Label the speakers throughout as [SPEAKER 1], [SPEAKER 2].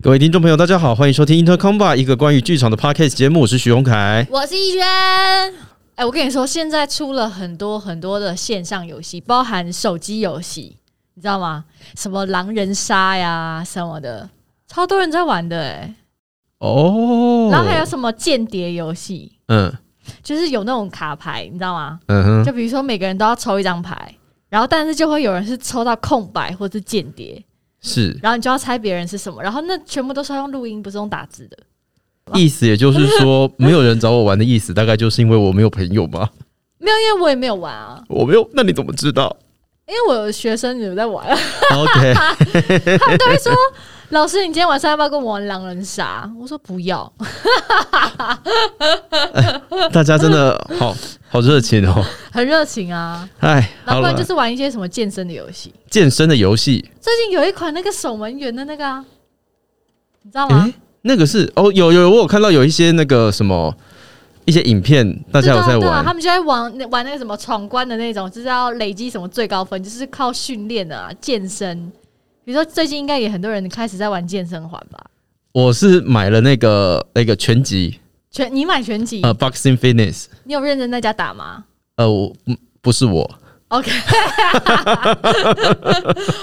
[SPEAKER 1] 各位听众朋友，大家好，欢迎收听 Intercomba 一个关于剧场的 podcast 节目，我是徐宏凯。
[SPEAKER 2] 我是一轩。哎，我跟你说，现在出了很多很多的线上游戏，包含手机游戏，你知道吗？什么狼人杀呀什么的，超多人在玩的哎、
[SPEAKER 1] 哦，
[SPEAKER 2] 然后还有什么间谍游戏，
[SPEAKER 1] 嗯
[SPEAKER 2] 就是有那种卡牌，你知道吗？
[SPEAKER 1] 嗯哼，
[SPEAKER 2] 就比如说每个人都要抽一张牌，然后但是就会有人是抽到空白或是间谍，
[SPEAKER 1] 是
[SPEAKER 2] 然后你就要猜别人是什么，然后那全部都是要用录音，不是用打字的。
[SPEAKER 1] 意思，也就是说没有人找我玩的意思，大概就是因为我没有朋友吧？
[SPEAKER 2] 没有，因为我也没有玩啊，
[SPEAKER 1] 我没有，那你怎么知道
[SPEAKER 2] 因为我有学生有在玩。
[SPEAKER 1] ？OK，
[SPEAKER 2] 他 们都会说：“老师，你今天晚上要不要跟我玩狼人杀？”我说：“不要。
[SPEAKER 1] 大家真 的好好热情哦。”
[SPEAKER 2] 很热情啊，
[SPEAKER 1] 哎，好
[SPEAKER 2] 然后不
[SPEAKER 1] 了
[SPEAKER 2] 然，就是玩一些什么健身的游戏。
[SPEAKER 1] 健身的游戏，
[SPEAKER 2] 最近有一款那个守门员的那个啊，你知道
[SPEAKER 1] 诶，
[SPEAKER 2] 吗？
[SPEAKER 1] 那个是哦，有有，我有看到有一些那个什么一些影片，大家有在
[SPEAKER 2] 对啊对啊
[SPEAKER 1] 玩
[SPEAKER 2] 他。们就在玩那玩那个什么闯关的那种，就是要累积什么最高分，就是靠训练的啊，健身。比如说最近应该也很多人开始在玩健身环吧？
[SPEAKER 1] 我是买了那个那个拳击，
[SPEAKER 2] 拳，你买拳击，
[SPEAKER 1] 呃，Boxing Fitness，
[SPEAKER 2] 你有认真在家打吗？
[SPEAKER 1] 呃，我嗯不是我，
[SPEAKER 2] OK，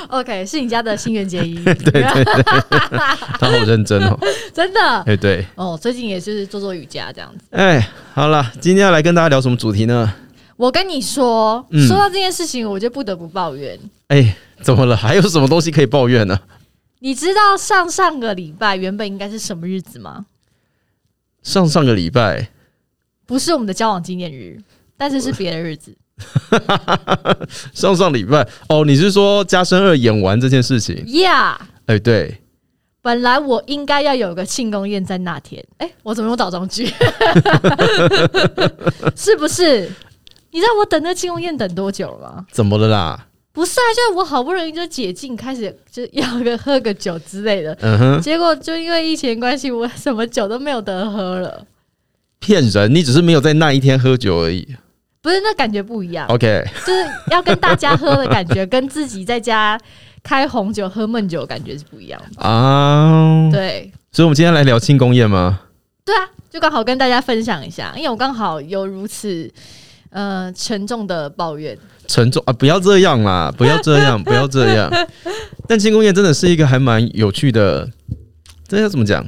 [SPEAKER 2] OK，是你家的新垣结衣，对
[SPEAKER 1] 他好认真哦。
[SPEAKER 2] 真的
[SPEAKER 1] 哎，对，
[SPEAKER 2] 哦。最近也就是做做瑜伽这样子。
[SPEAKER 1] 哎，好了，今天要来跟大家聊什么主题呢？
[SPEAKER 2] 我跟你说，
[SPEAKER 1] 嗯
[SPEAKER 2] 说到这件事情，我就不得不抱怨。
[SPEAKER 1] 哎，怎么了？还有什么东西可以抱怨呢？
[SPEAKER 2] 你知道上上个礼拜原本应该是什么日子吗？
[SPEAKER 1] 上上个礼拜，
[SPEAKER 2] 不是我们的交往纪念日，但是是别的日子。
[SPEAKER 1] 上上礼拜，哦，你是说《加深二》演完这件事情？
[SPEAKER 2] Yeah，
[SPEAKER 1] 哎，对，
[SPEAKER 2] 本来我应该要有个庆功宴在那天。哎、我怎么用倒装句？ 是不是？你知道我等那庆功宴等多久了吗？
[SPEAKER 1] 怎么了啦？
[SPEAKER 2] 不是啊，就是我好不容易就解禁，开始就要个喝个酒之类的，
[SPEAKER 1] 嗯 哼，
[SPEAKER 2] 结果就因为疫情关系，我什么酒都没有得喝了。
[SPEAKER 1] 骗人，你只是没有在那一天喝酒而已。
[SPEAKER 2] 不是，那感觉不一样，
[SPEAKER 1] OK，
[SPEAKER 2] 就是要跟大家喝的感觉，跟自己在家开红酒、喝闷酒的感觉是不一样的。
[SPEAKER 1] 啊，
[SPEAKER 2] 对，
[SPEAKER 1] 所以我们今天来聊庆功宴吗？
[SPEAKER 2] 对啊，就刚好跟大家分享一下，因为我刚好有如此呃沉重的抱怨。
[SPEAKER 1] 沉重啊！不要这样啦，不要这样，不要这样。但庆功宴真的是一个还蛮有趣的，这要怎么讲？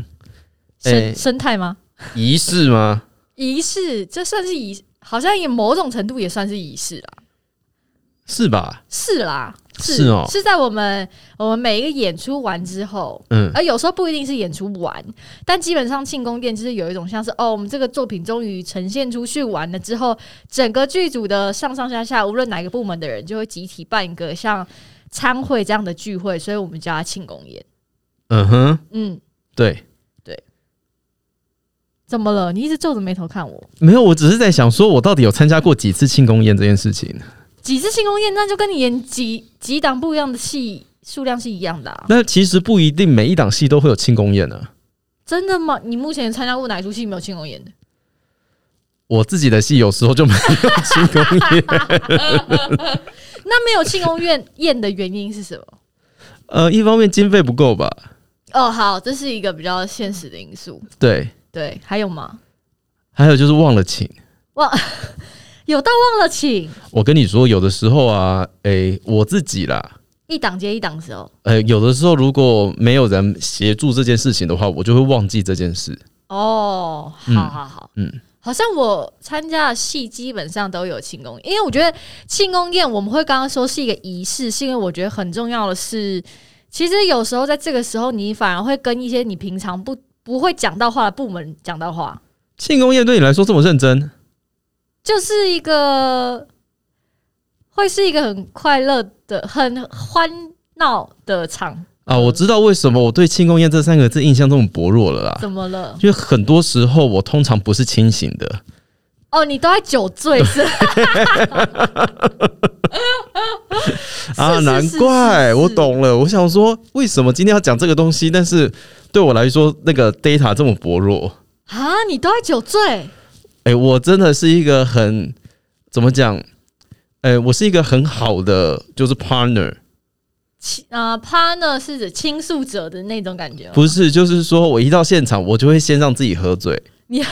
[SPEAKER 2] 生、
[SPEAKER 1] 哎
[SPEAKER 2] 生态吗？
[SPEAKER 1] 仪式吗？
[SPEAKER 2] 仪式，这算是仪，好像也某种程度也算是仪式啦。
[SPEAKER 1] 是吧？
[SPEAKER 2] 是啦，是
[SPEAKER 1] 是哦
[SPEAKER 2] 是在我们我们每一个演出完之后，
[SPEAKER 1] 嗯，
[SPEAKER 2] 而有时候不一定是演出完，但基本上庆功宴就是有一种像是哦，我们这个作品终于呈现出去完了之后，整个剧组的上上下下，无论哪个部门的人，就会集体办一个像参会这样的聚会，所以我们叫它庆功宴。
[SPEAKER 1] 嗯哼，
[SPEAKER 2] 嗯，
[SPEAKER 1] 对，
[SPEAKER 2] 怎么了？你一直皱着眉头看我。
[SPEAKER 1] 没有，我只是在想，说我到底有参加过几次庆功宴这件事情。
[SPEAKER 2] 几次庆功宴，那就跟你演几几档不一样的戏数量是一样的、啊。
[SPEAKER 1] 那其实不一定每一档戏都会有庆功宴呢、啊。
[SPEAKER 2] 真的吗？你目前参加过哪一出戏没有庆功宴的？
[SPEAKER 1] 我自己的戏有时候就没有庆功宴，
[SPEAKER 2] 那没有庆功宴宴的原因是什么？
[SPEAKER 1] 呃，一方面经费不够吧，
[SPEAKER 2] 哦，好，这是一个比较现实的因素。
[SPEAKER 1] 对，
[SPEAKER 2] 对，还有吗？
[SPEAKER 1] 还有就是忘了请。
[SPEAKER 2] 有到忘了请，
[SPEAKER 1] 我跟你说，有的时候啊，诶、我自己啦，
[SPEAKER 2] 一档接一档的时候。
[SPEAKER 1] 呃，有的时候如果没有人协助这件事情的话，我就会忘记这件事。
[SPEAKER 2] 哦，
[SPEAKER 1] 嗯
[SPEAKER 2] 好好好，
[SPEAKER 1] 嗯
[SPEAKER 2] 嗯，好像我参加的戏基本上都有庆功宴，因为我觉得庆功宴我们会刚刚说是一个仪式，是因为我觉得很重要的是，其实有时候在这个时候，你反而会跟一些你平常不不会讲到话的部门讲到话，
[SPEAKER 1] 庆功宴对你来说这么认真，
[SPEAKER 2] 就是一个会是一个很快乐的、很欢闹的场
[SPEAKER 1] 啊，我知道为什么我对庆功宴这三个字印象这么薄弱了啦，
[SPEAKER 2] 怎么了？
[SPEAKER 1] 因为很多时候我通常不是清醒的，
[SPEAKER 2] 哦，你都在酒醉是？
[SPEAKER 1] 啊，
[SPEAKER 2] 是
[SPEAKER 1] 难怪我。懂了。我想说，为什么今天要讲这个东西，但是对我来说那个 data 这么薄弱？
[SPEAKER 2] 是是是是啊，你都在酒醉，
[SPEAKER 1] 哎、我真的是一个很怎么讲？哎、我是一个很好的就是 partner，
[SPEAKER 2] 倾呃 partner 是指倾诉者的那种感觉吗？
[SPEAKER 1] 不是，就是说我一到现场，我就会先让自己喝 醉，
[SPEAKER 2] 你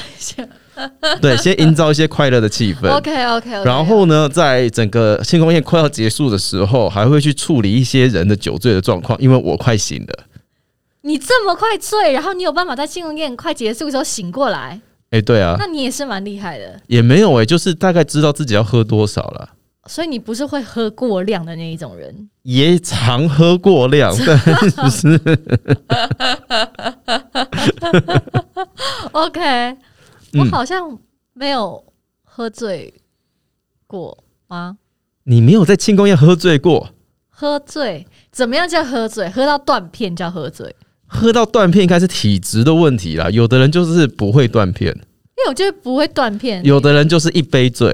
[SPEAKER 1] 对，先营造一些快乐的气氛。
[SPEAKER 2] OK OK OK，
[SPEAKER 1] 然后呢，在整个庆功宴快要结束的时候，还会去处理一些人的酒醉的状况，因为我快醒了。
[SPEAKER 2] 你这么快醉，然后你有办法在庆功宴快结束的时候醒过来，
[SPEAKER 1] 哎、对啊，
[SPEAKER 2] 那你也是蛮厉害的。
[SPEAKER 1] 也没有哎、就是大概知道自己要喝多少了，
[SPEAKER 2] 所以你不是会喝过量的那一种人，
[SPEAKER 1] 也常喝过量，但
[SPEAKER 2] OK？、我
[SPEAKER 1] 嗯
[SPEAKER 2] 好像没有喝醉过吗？
[SPEAKER 1] 你没有在庆功宴喝醉过，
[SPEAKER 2] 喝醉怎么样叫喝醉？喝到断片叫喝醉？
[SPEAKER 1] 喝到断片应该是体质的问题啦。有的人就是不会断片，
[SPEAKER 2] 因为我觉得不会断片。
[SPEAKER 1] 有的人就是一杯醉。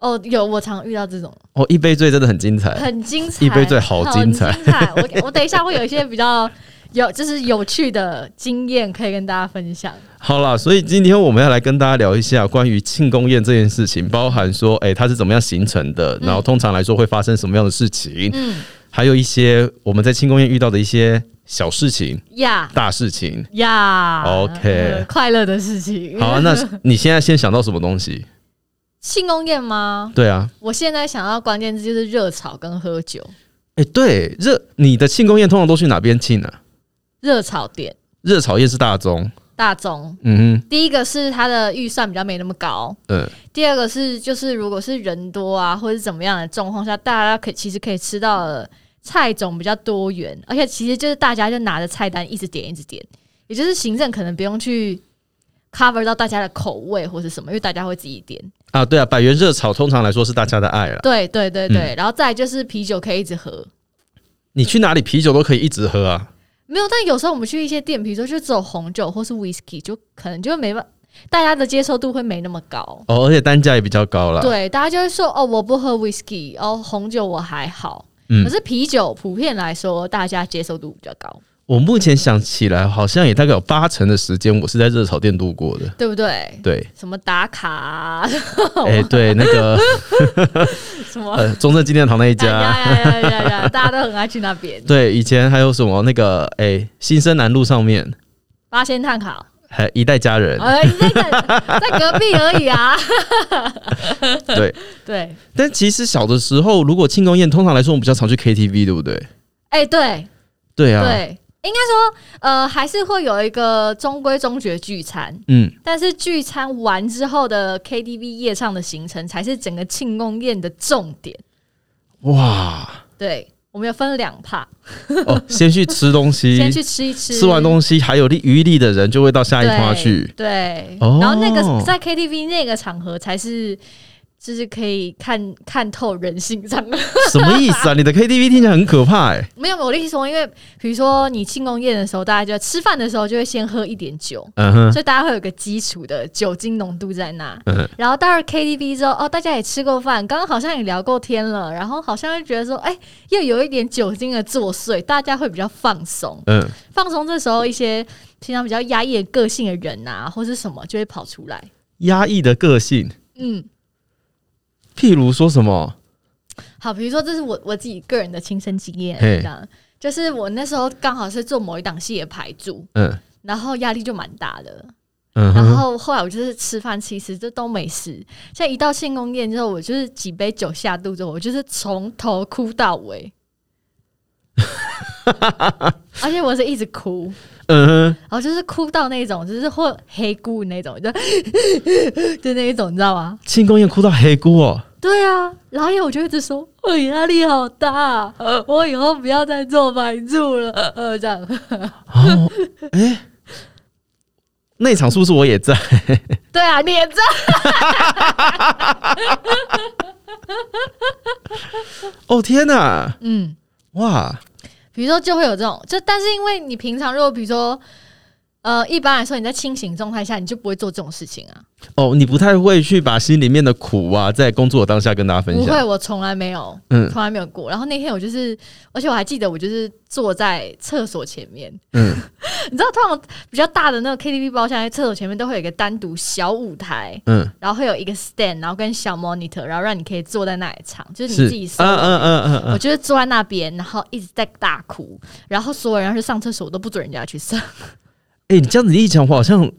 [SPEAKER 2] 哦，有我常遇到这种，
[SPEAKER 1] 哦，一杯醉真的很精彩。
[SPEAKER 2] 很精彩，
[SPEAKER 1] 一杯醉好精彩
[SPEAKER 2] 很精彩。我我等一下会有一些比较有就是有趣的经验可以跟大家分享。
[SPEAKER 1] 好啦，所以今天我们要来跟大家聊一下关于庆功宴这件事情，包含说，哎、它是怎么样形成的，然后通常来说会发生什么样的事情，
[SPEAKER 2] 嗯
[SPEAKER 1] 还有一些我们在庆功宴遇到的一些小事情、
[SPEAKER 2] 呀
[SPEAKER 1] 大事情。
[SPEAKER 2] 呀
[SPEAKER 1] OK
[SPEAKER 2] 呃快乐的事情。
[SPEAKER 1] 好啊、那你现在先想到什么东西？
[SPEAKER 2] 庆功宴吗？
[SPEAKER 1] 对啊，
[SPEAKER 2] 我现在想到关键字就是热炒跟喝酒，
[SPEAKER 1] 哎、对，热你的庆功宴通常都去哪边庆啊？
[SPEAKER 2] 热炒店
[SPEAKER 1] 热炒宴是大宗，
[SPEAKER 2] 大宗。
[SPEAKER 1] 嗯
[SPEAKER 2] 第一个是它的预算比较没那么高，
[SPEAKER 1] 哼，嗯，
[SPEAKER 2] 第二个是就是如果是人多啊，或者怎么样的状况下，大家可以其实可以吃到的菜种比较多元，而且其实就是大家就拿着菜单一直点一直点，也就是行政可能不用去 cover 到大家的口味或是什么，因为大家会自己点。
[SPEAKER 1] 啊，对啊，百元热炒通常来说是大家的爱啦。
[SPEAKER 2] 对对对对，然后再来就是啤酒可以一直喝。
[SPEAKER 1] 你去哪里啤酒都可以一直喝啊。
[SPEAKER 2] 没有，但有时候我们去一些店，比如说就只有红酒或是 whisky，就可能就没办，大家的接受度会没那么高。
[SPEAKER 1] 哦，而且单价也比较高啦。
[SPEAKER 2] 对，大家就会说哦，我不喝 whisky，哦，红酒我还好。
[SPEAKER 1] 嗯
[SPEAKER 2] 可是啤酒普遍来说，大家接受度比较高，
[SPEAKER 1] 我目前想起来，好像也大概有八成的时间我是在热炒店度过的。
[SPEAKER 2] 对不对？
[SPEAKER 1] 对，
[SPEAKER 2] 什么打卡、啊，
[SPEAKER 1] 哎、对，那 个
[SPEAKER 2] 什么
[SPEAKER 1] 呃，中正纪念堂那一
[SPEAKER 2] 哎
[SPEAKER 1] 家，
[SPEAKER 2] 呀呀呀呀呀呀，大家都很爱去那边。
[SPEAKER 1] 对，以前还有什么那个，哎、新生南路上面
[SPEAKER 2] 八仙炭烤，
[SPEAKER 1] 还一代佳人，
[SPEAKER 2] 呃，在在隔壁而已啊。
[SPEAKER 1] 对。
[SPEAKER 2] 对，
[SPEAKER 1] 但其实小的时候，如果庆功宴，通常来说我们比较常去 KTV，对不对？
[SPEAKER 2] 哎、对，
[SPEAKER 1] 对啊，
[SPEAKER 2] 对，应该说，呃，还是会有一个中规中矩的聚餐，
[SPEAKER 1] 嗯，
[SPEAKER 2] 但是聚餐完之后的 KTV 夜唱的行程才是整个庆功宴的重点。
[SPEAKER 1] 哇，
[SPEAKER 2] 对，我们有分两趴，
[SPEAKER 1] 哦，先去吃东西，
[SPEAKER 2] 先去吃一吃，
[SPEAKER 1] 吃完东西还有力余力的人，就会到下一趴去。
[SPEAKER 2] 对，对
[SPEAKER 1] 哦
[SPEAKER 2] 然后那个在 KTV 那个场合才是。就是可以看看透人性这样，
[SPEAKER 1] 什么意 思啊？你的 KTV 听起来很可怕哎、
[SPEAKER 2] 没有我的意思说，因为比如说你庆功宴的时候，大家就吃饭的时候就会先喝一点酒，
[SPEAKER 1] 嗯哼，
[SPEAKER 2] 所以大家会有个基础的酒精浓度在那。
[SPEAKER 1] 嗯
[SPEAKER 2] 然后到了 KTV 之后，哦，大家也吃过饭，刚刚好像也聊过天了，然后好像就觉得说，哎、又有一点酒精的作祟，大家会比较放松。
[SPEAKER 1] 嗯，
[SPEAKER 2] 放松这时候，一些平常比较压抑的个性的人啊，或是什么，就会跑出来。
[SPEAKER 1] 压抑的个性，
[SPEAKER 2] 嗯，
[SPEAKER 1] 譬如说什么？
[SPEAKER 2] 好，比如说这是我我自己个人的亲身经验，啊
[SPEAKER 1] 嘿
[SPEAKER 2] 这样就是我那时候刚好是做某一档戏的排助，
[SPEAKER 1] 嗯
[SPEAKER 2] 然后压力就蛮大的。
[SPEAKER 1] 嗯
[SPEAKER 2] 然
[SPEAKER 1] 哼，
[SPEAKER 2] 后后来我就是吃饭，其实这都没事。现在一到庆功宴之后，我就是几杯酒下肚之后，我就是从头哭到 尾，而且我是一直哭，
[SPEAKER 1] 嗯哼。
[SPEAKER 2] 然后就是哭到那种，就是会黑咕那种，就 就那一种，你知道吗？
[SPEAKER 1] 庆功宴哭到黑姑哦，
[SPEAKER 2] 对啊，然后我就一直说，我压力好大，呃我以后不要再做白柱了，呃，这样。
[SPEAKER 1] 哦，哎、那场是不是我也在？
[SPEAKER 2] 对啊，你也知道，
[SPEAKER 1] 哦天哪、
[SPEAKER 2] 嗯。
[SPEAKER 1] 哇，
[SPEAKER 2] 比如说就会有这种，就但是因为你平常如果比如说呃，一般来说，你在清醒状态下，你就不会做这种事情啊。
[SPEAKER 1] 哦，你不太会去把心里面的苦啊，在工作当下跟大家分
[SPEAKER 2] 不会，
[SPEAKER 1] 享。
[SPEAKER 2] 我从来没有，
[SPEAKER 1] 嗯
[SPEAKER 2] 从来没有过。然后那天我就是，而且我还记得，我就是坐在厕所前面。
[SPEAKER 1] 嗯，
[SPEAKER 2] 你知道，通常比较大的那个 KTV 包厢，在厕所前面都会有一个单独小舞台，
[SPEAKER 1] 嗯，
[SPEAKER 2] 然后会有一个 stand，然后跟小 monitor，然后让你可以坐在那里唱，就是
[SPEAKER 1] 是
[SPEAKER 2] 你自己搜。
[SPEAKER 1] 啊啊啊啊
[SPEAKER 2] 我
[SPEAKER 1] 啊！
[SPEAKER 2] 就是坐在那边，然后一直在大哭，然后所有人要去上厕所，我都不准人家去上。
[SPEAKER 1] 哎、你这样子一讲，我好像
[SPEAKER 2] 你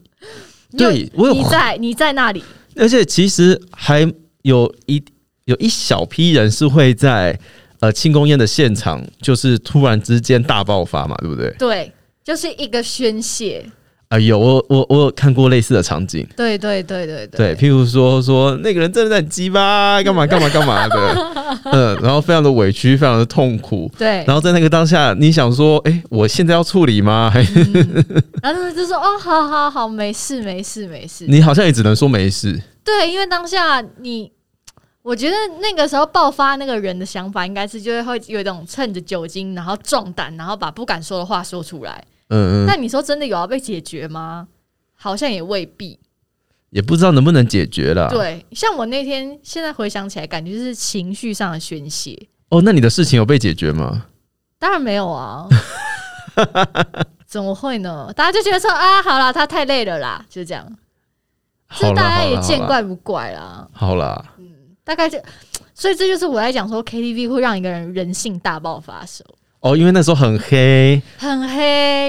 [SPEAKER 2] 有
[SPEAKER 1] 对我有
[SPEAKER 2] 你在你在那里，
[SPEAKER 1] 而且其实还有一有一小批人是会在呃庆功宴的现场，就是突然之间大爆发嘛，对不对？
[SPEAKER 2] 对，就是一个宣泄。
[SPEAKER 1] 啊、有我我我有看过类似的场景，
[SPEAKER 2] 对对对对
[SPEAKER 1] 对，譬如说说那个人真的很鸡 巴，干嘛干嘛干嘛的，嗯，然后非常的委屈，非常的痛苦。
[SPEAKER 2] 对，
[SPEAKER 1] 然后在那个当下，你想说，哎、我现在要处理吗？还
[SPEAKER 2] 嗯
[SPEAKER 1] 是
[SPEAKER 2] 然后就说哦，好好好，没事没事没事。
[SPEAKER 1] 你好像也只能说没事。
[SPEAKER 2] 对，因为当下你，我觉得那个时候爆发那个人的想法，应该是就是会有一种趁着酒精，然后壮胆，然后把不敢说的话说出来。
[SPEAKER 1] 嗯嗯，
[SPEAKER 2] 但你说真的有要被解决吗？好像也未必。
[SPEAKER 1] 也不知道能不能解决啦。，
[SPEAKER 2] 对，像我那天现在回想起来，感觉就是情绪上的宣泄。
[SPEAKER 1] 哦，那你的事情有被解决吗？
[SPEAKER 2] 当然没 有啊。怎么会呢？大家就觉得说啊，好啦，他太累了啦，就这样。
[SPEAKER 1] 好
[SPEAKER 2] 这
[SPEAKER 1] 啦，
[SPEAKER 2] 大家
[SPEAKER 1] 好
[SPEAKER 2] 也
[SPEAKER 1] 啦，
[SPEAKER 2] 见
[SPEAKER 1] 好啦
[SPEAKER 2] 怪不怪啦。
[SPEAKER 1] 好啦。
[SPEAKER 2] 大概就，所以这就是我在讲说 KTV 会让一个人人性大爆发的时候，
[SPEAKER 1] 哦，因为那时候很黑，
[SPEAKER 2] 很黑，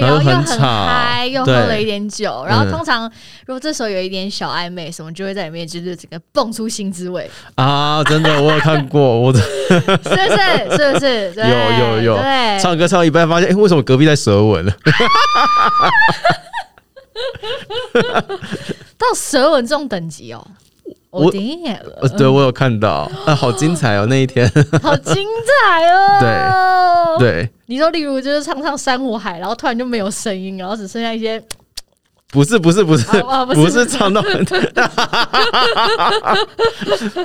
[SPEAKER 1] 然
[SPEAKER 2] 然
[SPEAKER 1] 后
[SPEAKER 2] 后又
[SPEAKER 1] 很
[SPEAKER 2] 很
[SPEAKER 1] 吵
[SPEAKER 2] 嗨，又喝
[SPEAKER 1] 对
[SPEAKER 2] 了一点酒，然后
[SPEAKER 1] 嗯
[SPEAKER 2] 通常如果这时候有一点小暧昧什么，就会在里面就是整个蹦出新滋味，
[SPEAKER 1] 啊，真的，我有看过，我
[SPEAKER 2] 是不是？是不是？ 对
[SPEAKER 1] 有有有
[SPEAKER 2] 对，
[SPEAKER 1] 唱歌唱到一半发现，哎、为什么隔壁在舌 吻？
[SPEAKER 2] 到舌吻这种等级哦，
[SPEAKER 1] 我
[SPEAKER 2] 我顶眼了
[SPEAKER 1] 呃，，对我有看到，啊，好精彩哦，那一天，
[SPEAKER 2] 好精彩哦！，
[SPEAKER 1] 对，
[SPEAKER 2] 你说例如就是唱唱珊瑚海，然后突然就没有声音，然后只剩下一些
[SPEAKER 1] 不是不是不是、
[SPEAKER 2] 哦哦不是
[SPEAKER 1] 不是唱 到，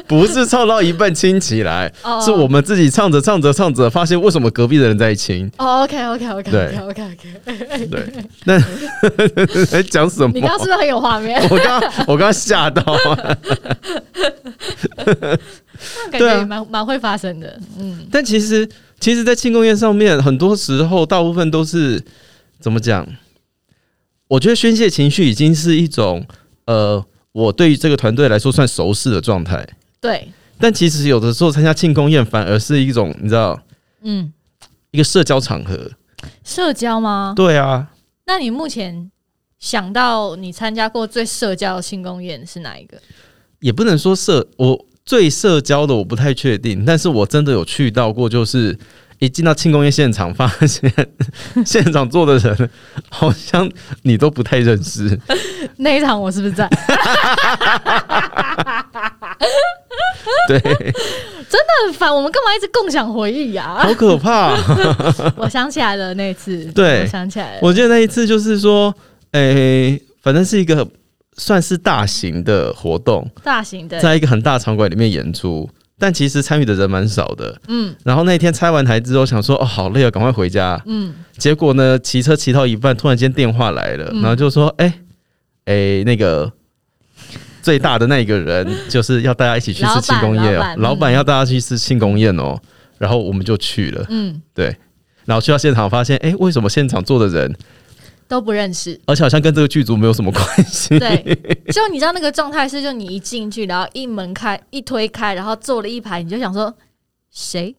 [SPEAKER 1] 不是唱到一半亲起来，
[SPEAKER 2] 哦
[SPEAKER 1] 是我们自己唱着唱着唱着，发现为什么隔壁的人在亲？
[SPEAKER 2] 哦，OK OK OK
[SPEAKER 1] 对
[SPEAKER 2] OK OK OK，
[SPEAKER 1] 对，那 在讲什么
[SPEAKER 2] 你？刚刚是不是很有画面？
[SPEAKER 1] 我刚我刚吓到，
[SPEAKER 2] 感
[SPEAKER 1] 对
[SPEAKER 2] 觉
[SPEAKER 1] 啊
[SPEAKER 2] 也蛮蛮会发生的，嗯，
[SPEAKER 1] 但其实，其实，在庆功宴上面，很多时候大部分都是怎么讲？我觉得宣泄情绪已经是一种呃，我对于这个团队来说算熟识的状态。
[SPEAKER 2] 对，
[SPEAKER 1] 但其实有的时候参加庆功宴，反而是一种你知道
[SPEAKER 2] 嗯，
[SPEAKER 1] 一个社交场合。
[SPEAKER 2] 社交吗？
[SPEAKER 1] 对啊，
[SPEAKER 2] 那你目前想到你参加过最社交的庆功宴是哪一个？
[SPEAKER 1] 也不能说社，我最社交的我不太确定，但是我真的有去到过，就是一进到庆功宴现场，发现现场坐的人好像你都不太认识。
[SPEAKER 2] 那一场我是不是在？
[SPEAKER 1] 对，
[SPEAKER 2] 很烦，我们干嘛一直共享回忆呀、
[SPEAKER 1] 好可怕、
[SPEAKER 2] 我想起来了，那一次，
[SPEAKER 1] 对
[SPEAKER 2] 我想起来了，
[SPEAKER 1] 我记得那一次就是说，诶、反正是一个算是大型的活动，
[SPEAKER 2] 大型的，
[SPEAKER 1] 在一个很大的场馆里面演出，但其实参与的人蛮少的。
[SPEAKER 2] 嗯
[SPEAKER 1] 然后那一天拆完台之后，想说哦，好累啊，赶快回家。
[SPEAKER 2] 嗯，
[SPEAKER 1] 结果呢，骑车骑到一半，突然间电话来了，
[SPEAKER 2] 嗯
[SPEAKER 1] 然后就说，哎、诶、那个。最大的那个 人就是要大家一起去
[SPEAKER 2] 老
[SPEAKER 1] 吃
[SPEAKER 2] 板
[SPEAKER 1] 庆功宴哦
[SPEAKER 2] 老板，嗯
[SPEAKER 1] 老板要大家去吃庆功宴哦，然后我们就去了。
[SPEAKER 2] 嗯，
[SPEAKER 1] 对，然后去到现场发现，哎、为什么现场坐的人，
[SPEAKER 2] 都不认识。
[SPEAKER 1] 而且好像跟这个剧组没有什么关 系？
[SPEAKER 2] 对，就你知道那个状态是，就你一进去，然后一门开一推开，然后坐了一排，你就想说谁、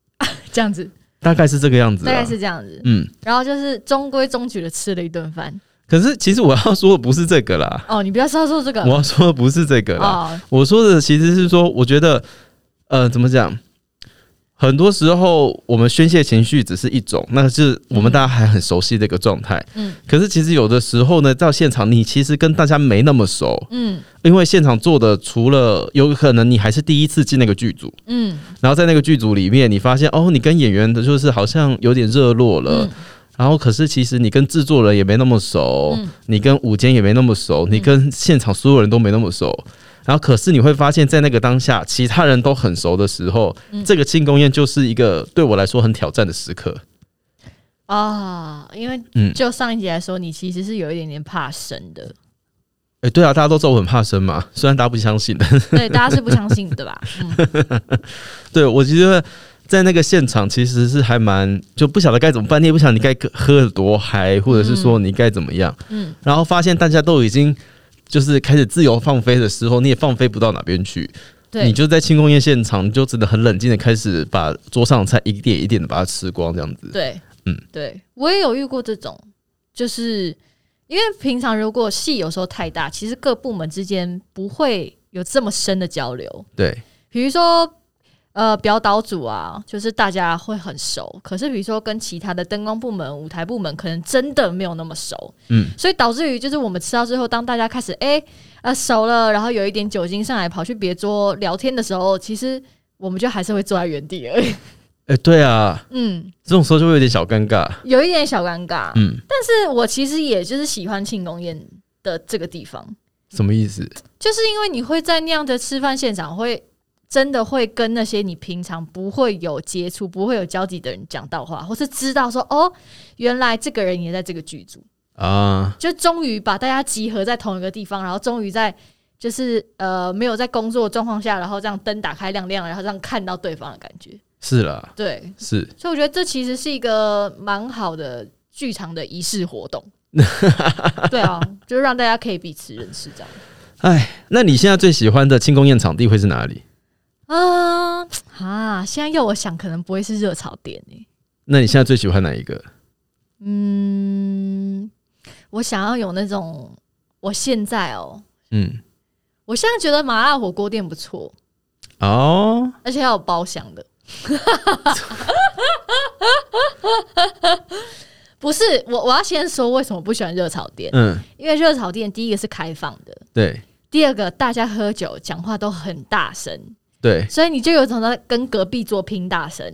[SPEAKER 2] 这样子，
[SPEAKER 1] 大概是这个样子、啊。
[SPEAKER 2] 大概是这样子。
[SPEAKER 1] 嗯，
[SPEAKER 2] 然后就是中规中矩的吃了一顿饭。
[SPEAKER 1] 可是其实我要说的不是这个啦，
[SPEAKER 2] 哦，你不要说说这个
[SPEAKER 1] 我要说的不是这个啦，
[SPEAKER 2] 哦，
[SPEAKER 1] 我说的其实是说，我觉得，呃，怎么讲？很多时候，我们宣泄情绪只是一种，那是我们大家还很熟悉的一个状态。
[SPEAKER 2] 嗯
[SPEAKER 1] 可是，其实有的时候呢，到现场你其实跟大家没那么熟，
[SPEAKER 2] 嗯
[SPEAKER 1] 因为现场做的除了有可能你还是第一次进那个剧组，
[SPEAKER 2] 嗯
[SPEAKER 1] 然后在那个剧组里面，你发现哦，你跟演员的就是好像有点热络了。
[SPEAKER 2] 嗯
[SPEAKER 1] 然后，可是其实你跟制作人也没那么熟，
[SPEAKER 2] 嗯
[SPEAKER 1] 你跟舞间也没那么熟，你跟现场所有人都没那么熟。然后，可是你会发现在那个当下，其他人都
[SPEAKER 2] 嗯
[SPEAKER 1] 很熟的时候，这个庆功宴就是一个对我来说很挑战的时刻。
[SPEAKER 2] 啊，因为
[SPEAKER 1] 嗯
[SPEAKER 2] 就上一集来说，你其实是有一点点怕生的，
[SPEAKER 1] 哎、对啊，大家都知道我很怕生嘛， 虽然大家不相信，
[SPEAKER 2] 对，大家是不相信的吧？嗯，
[SPEAKER 1] 对我其实在那个现场其实是还蛮就不晓得该怎么办，你也不晓得你该喝得多嗨，或者是说你该怎么样。
[SPEAKER 2] 嗯
[SPEAKER 1] 然后发现大家都已经就是开始自由放飞的时候，你也放飞不到哪边去。你
[SPEAKER 2] 对，
[SPEAKER 1] 就在庆功宴现场，你就只能很冷静的开始把桌上的菜一点一点的把它吃光，这样子。
[SPEAKER 2] 对，
[SPEAKER 1] 嗯，
[SPEAKER 2] 对我也有遇过这种，就是因为平常如果戏有时候太大，其实各部门之间不会有这么深的交流，
[SPEAKER 1] 对
[SPEAKER 2] 比如说。呃，表导组啊，就是大家会很熟，可是比如说跟其他的灯光部门、舞台部门，可能真的没有那么熟。
[SPEAKER 1] 嗯，
[SPEAKER 2] 所以导致于就是我们吃到最后，当大家开始哎、呃熟了，然后有一点酒精上来，跑去别桌聊天的时候，其实我们就还是会坐在原地而已。
[SPEAKER 1] 哎、对啊，
[SPEAKER 2] 嗯，
[SPEAKER 1] 这种时候就会有点小尴尬。
[SPEAKER 2] 有一点小尴尬。
[SPEAKER 1] 嗯，
[SPEAKER 2] 但是我其实也就是喜欢庆功宴的这个地方，
[SPEAKER 1] 什么意思？
[SPEAKER 2] 就是因为你会在那样的吃饭现场会。真的会跟那些你平常不会有接触、不会有交集的人讲到话，或是知道说哦，原来这个人也在这个剧组。
[SPEAKER 1] 啊，
[SPEAKER 2] 就终于把大家集合在同一个地方，然后终于在就是呃没有在工作的状况下，然后这样灯打开亮亮，然后这样看到对方的感觉。
[SPEAKER 1] 是啦，
[SPEAKER 2] 对，
[SPEAKER 1] 是
[SPEAKER 2] 所以我觉得这其实是一个蛮好的剧场的仪式活动。对啊，就是让大家可以彼此认识这样。
[SPEAKER 1] 那你现在最喜欢的庆功宴场地会是哪里？
[SPEAKER 2] 啊啊！现在要我想，可能不会是热炒店欸诶、
[SPEAKER 1] 那你现在最喜欢哪一个？
[SPEAKER 2] 嗯，我想要有那种，我现在哦，
[SPEAKER 1] 嗯，
[SPEAKER 2] 我现在觉得麻辣火锅店不错，
[SPEAKER 1] 哦，
[SPEAKER 2] 而且还有包厢的。 不是我，我要先说为什么不喜欢热炒店，
[SPEAKER 1] 嗯，
[SPEAKER 2] 因为热炒店第一个是开放的，
[SPEAKER 1] 对
[SPEAKER 2] 第二个大家喝酒讲话都很大声，
[SPEAKER 1] 对，
[SPEAKER 2] 所以你就有种在跟隔壁桌拼大 声，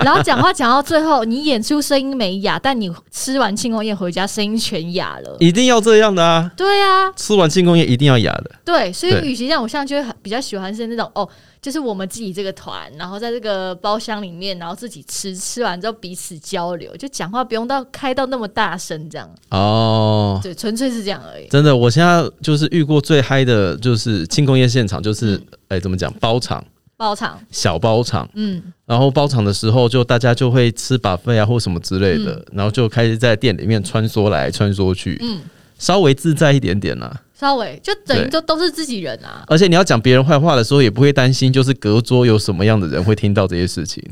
[SPEAKER 2] 然后讲话讲到最后，你演出声音没哑，但你吃完庆功宴回家声音全哑 了。
[SPEAKER 1] 一定要这样的啊！
[SPEAKER 2] 对啊，
[SPEAKER 1] 吃完庆功宴一定要哑的，
[SPEAKER 2] 对，所以
[SPEAKER 1] 对
[SPEAKER 2] 与其这样，我现在就会很比较喜欢是那种哦，就是我们自己这个团，然后在这个包厢里面，然后自己吃，吃完之后彼此交流，就讲话不用到开到那么大声，这样
[SPEAKER 1] 哦。
[SPEAKER 2] 对，纯粹是这样而已。
[SPEAKER 1] 真的，我现在就是遇过最嗨的，就是庆功宴现场，就是哎、怎么讲，包场、
[SPEAKER 2] 包场，
[SPEAKER 1] 小包场，
[SPEAKER 2] 嗯，
[SPEAKER 1] 然后包场的时候就大家就会吃把费啊或什么之类的，然后就开始在店里面穿梭来穿梭去，
[SPEAKER 2] 嗯
[SPEAKER 1] 稍微自在一点点啦、
[SPEAKER 2] 稍微就等于
[SPEAKER 1] 对
[SPEAKER 2] 就都是自己人啊，
[SPEAKER 1] 而且你要讲别人坏话的时候，也不会担心，就是隔桌有什么样的人会听到这些事情。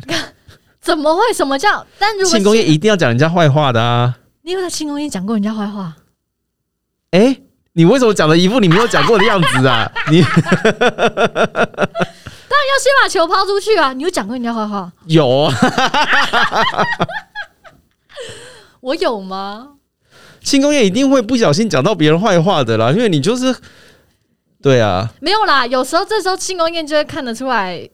[SPEAKER 2] 怎么会什么叫？但如果
[SPEAKER 1] 庆功
[SPEAKER 2] 是
[SPEAKER 1] 宴一定要讲人家坏话的啊！
[SPEAKER 2] 你有在庆功宴讲过人家坏话？
[SPEAKER 1] 哎、你为什么讲的一副你没有讲过的样子啊？你
[SPEAKER 2] 要先把球抛出去啊！你有讲过人家坏话？
[SPEAKER 1] 有啊？
[SPEAKER 2] 我有吗？
[SPEAKER 1] 庆功宴一定会不小心讲到别人坏话的啦，因为你就是对啊，
[SPEAKER 2] 没有啦，有时候这时候庆功宴就会看得出来，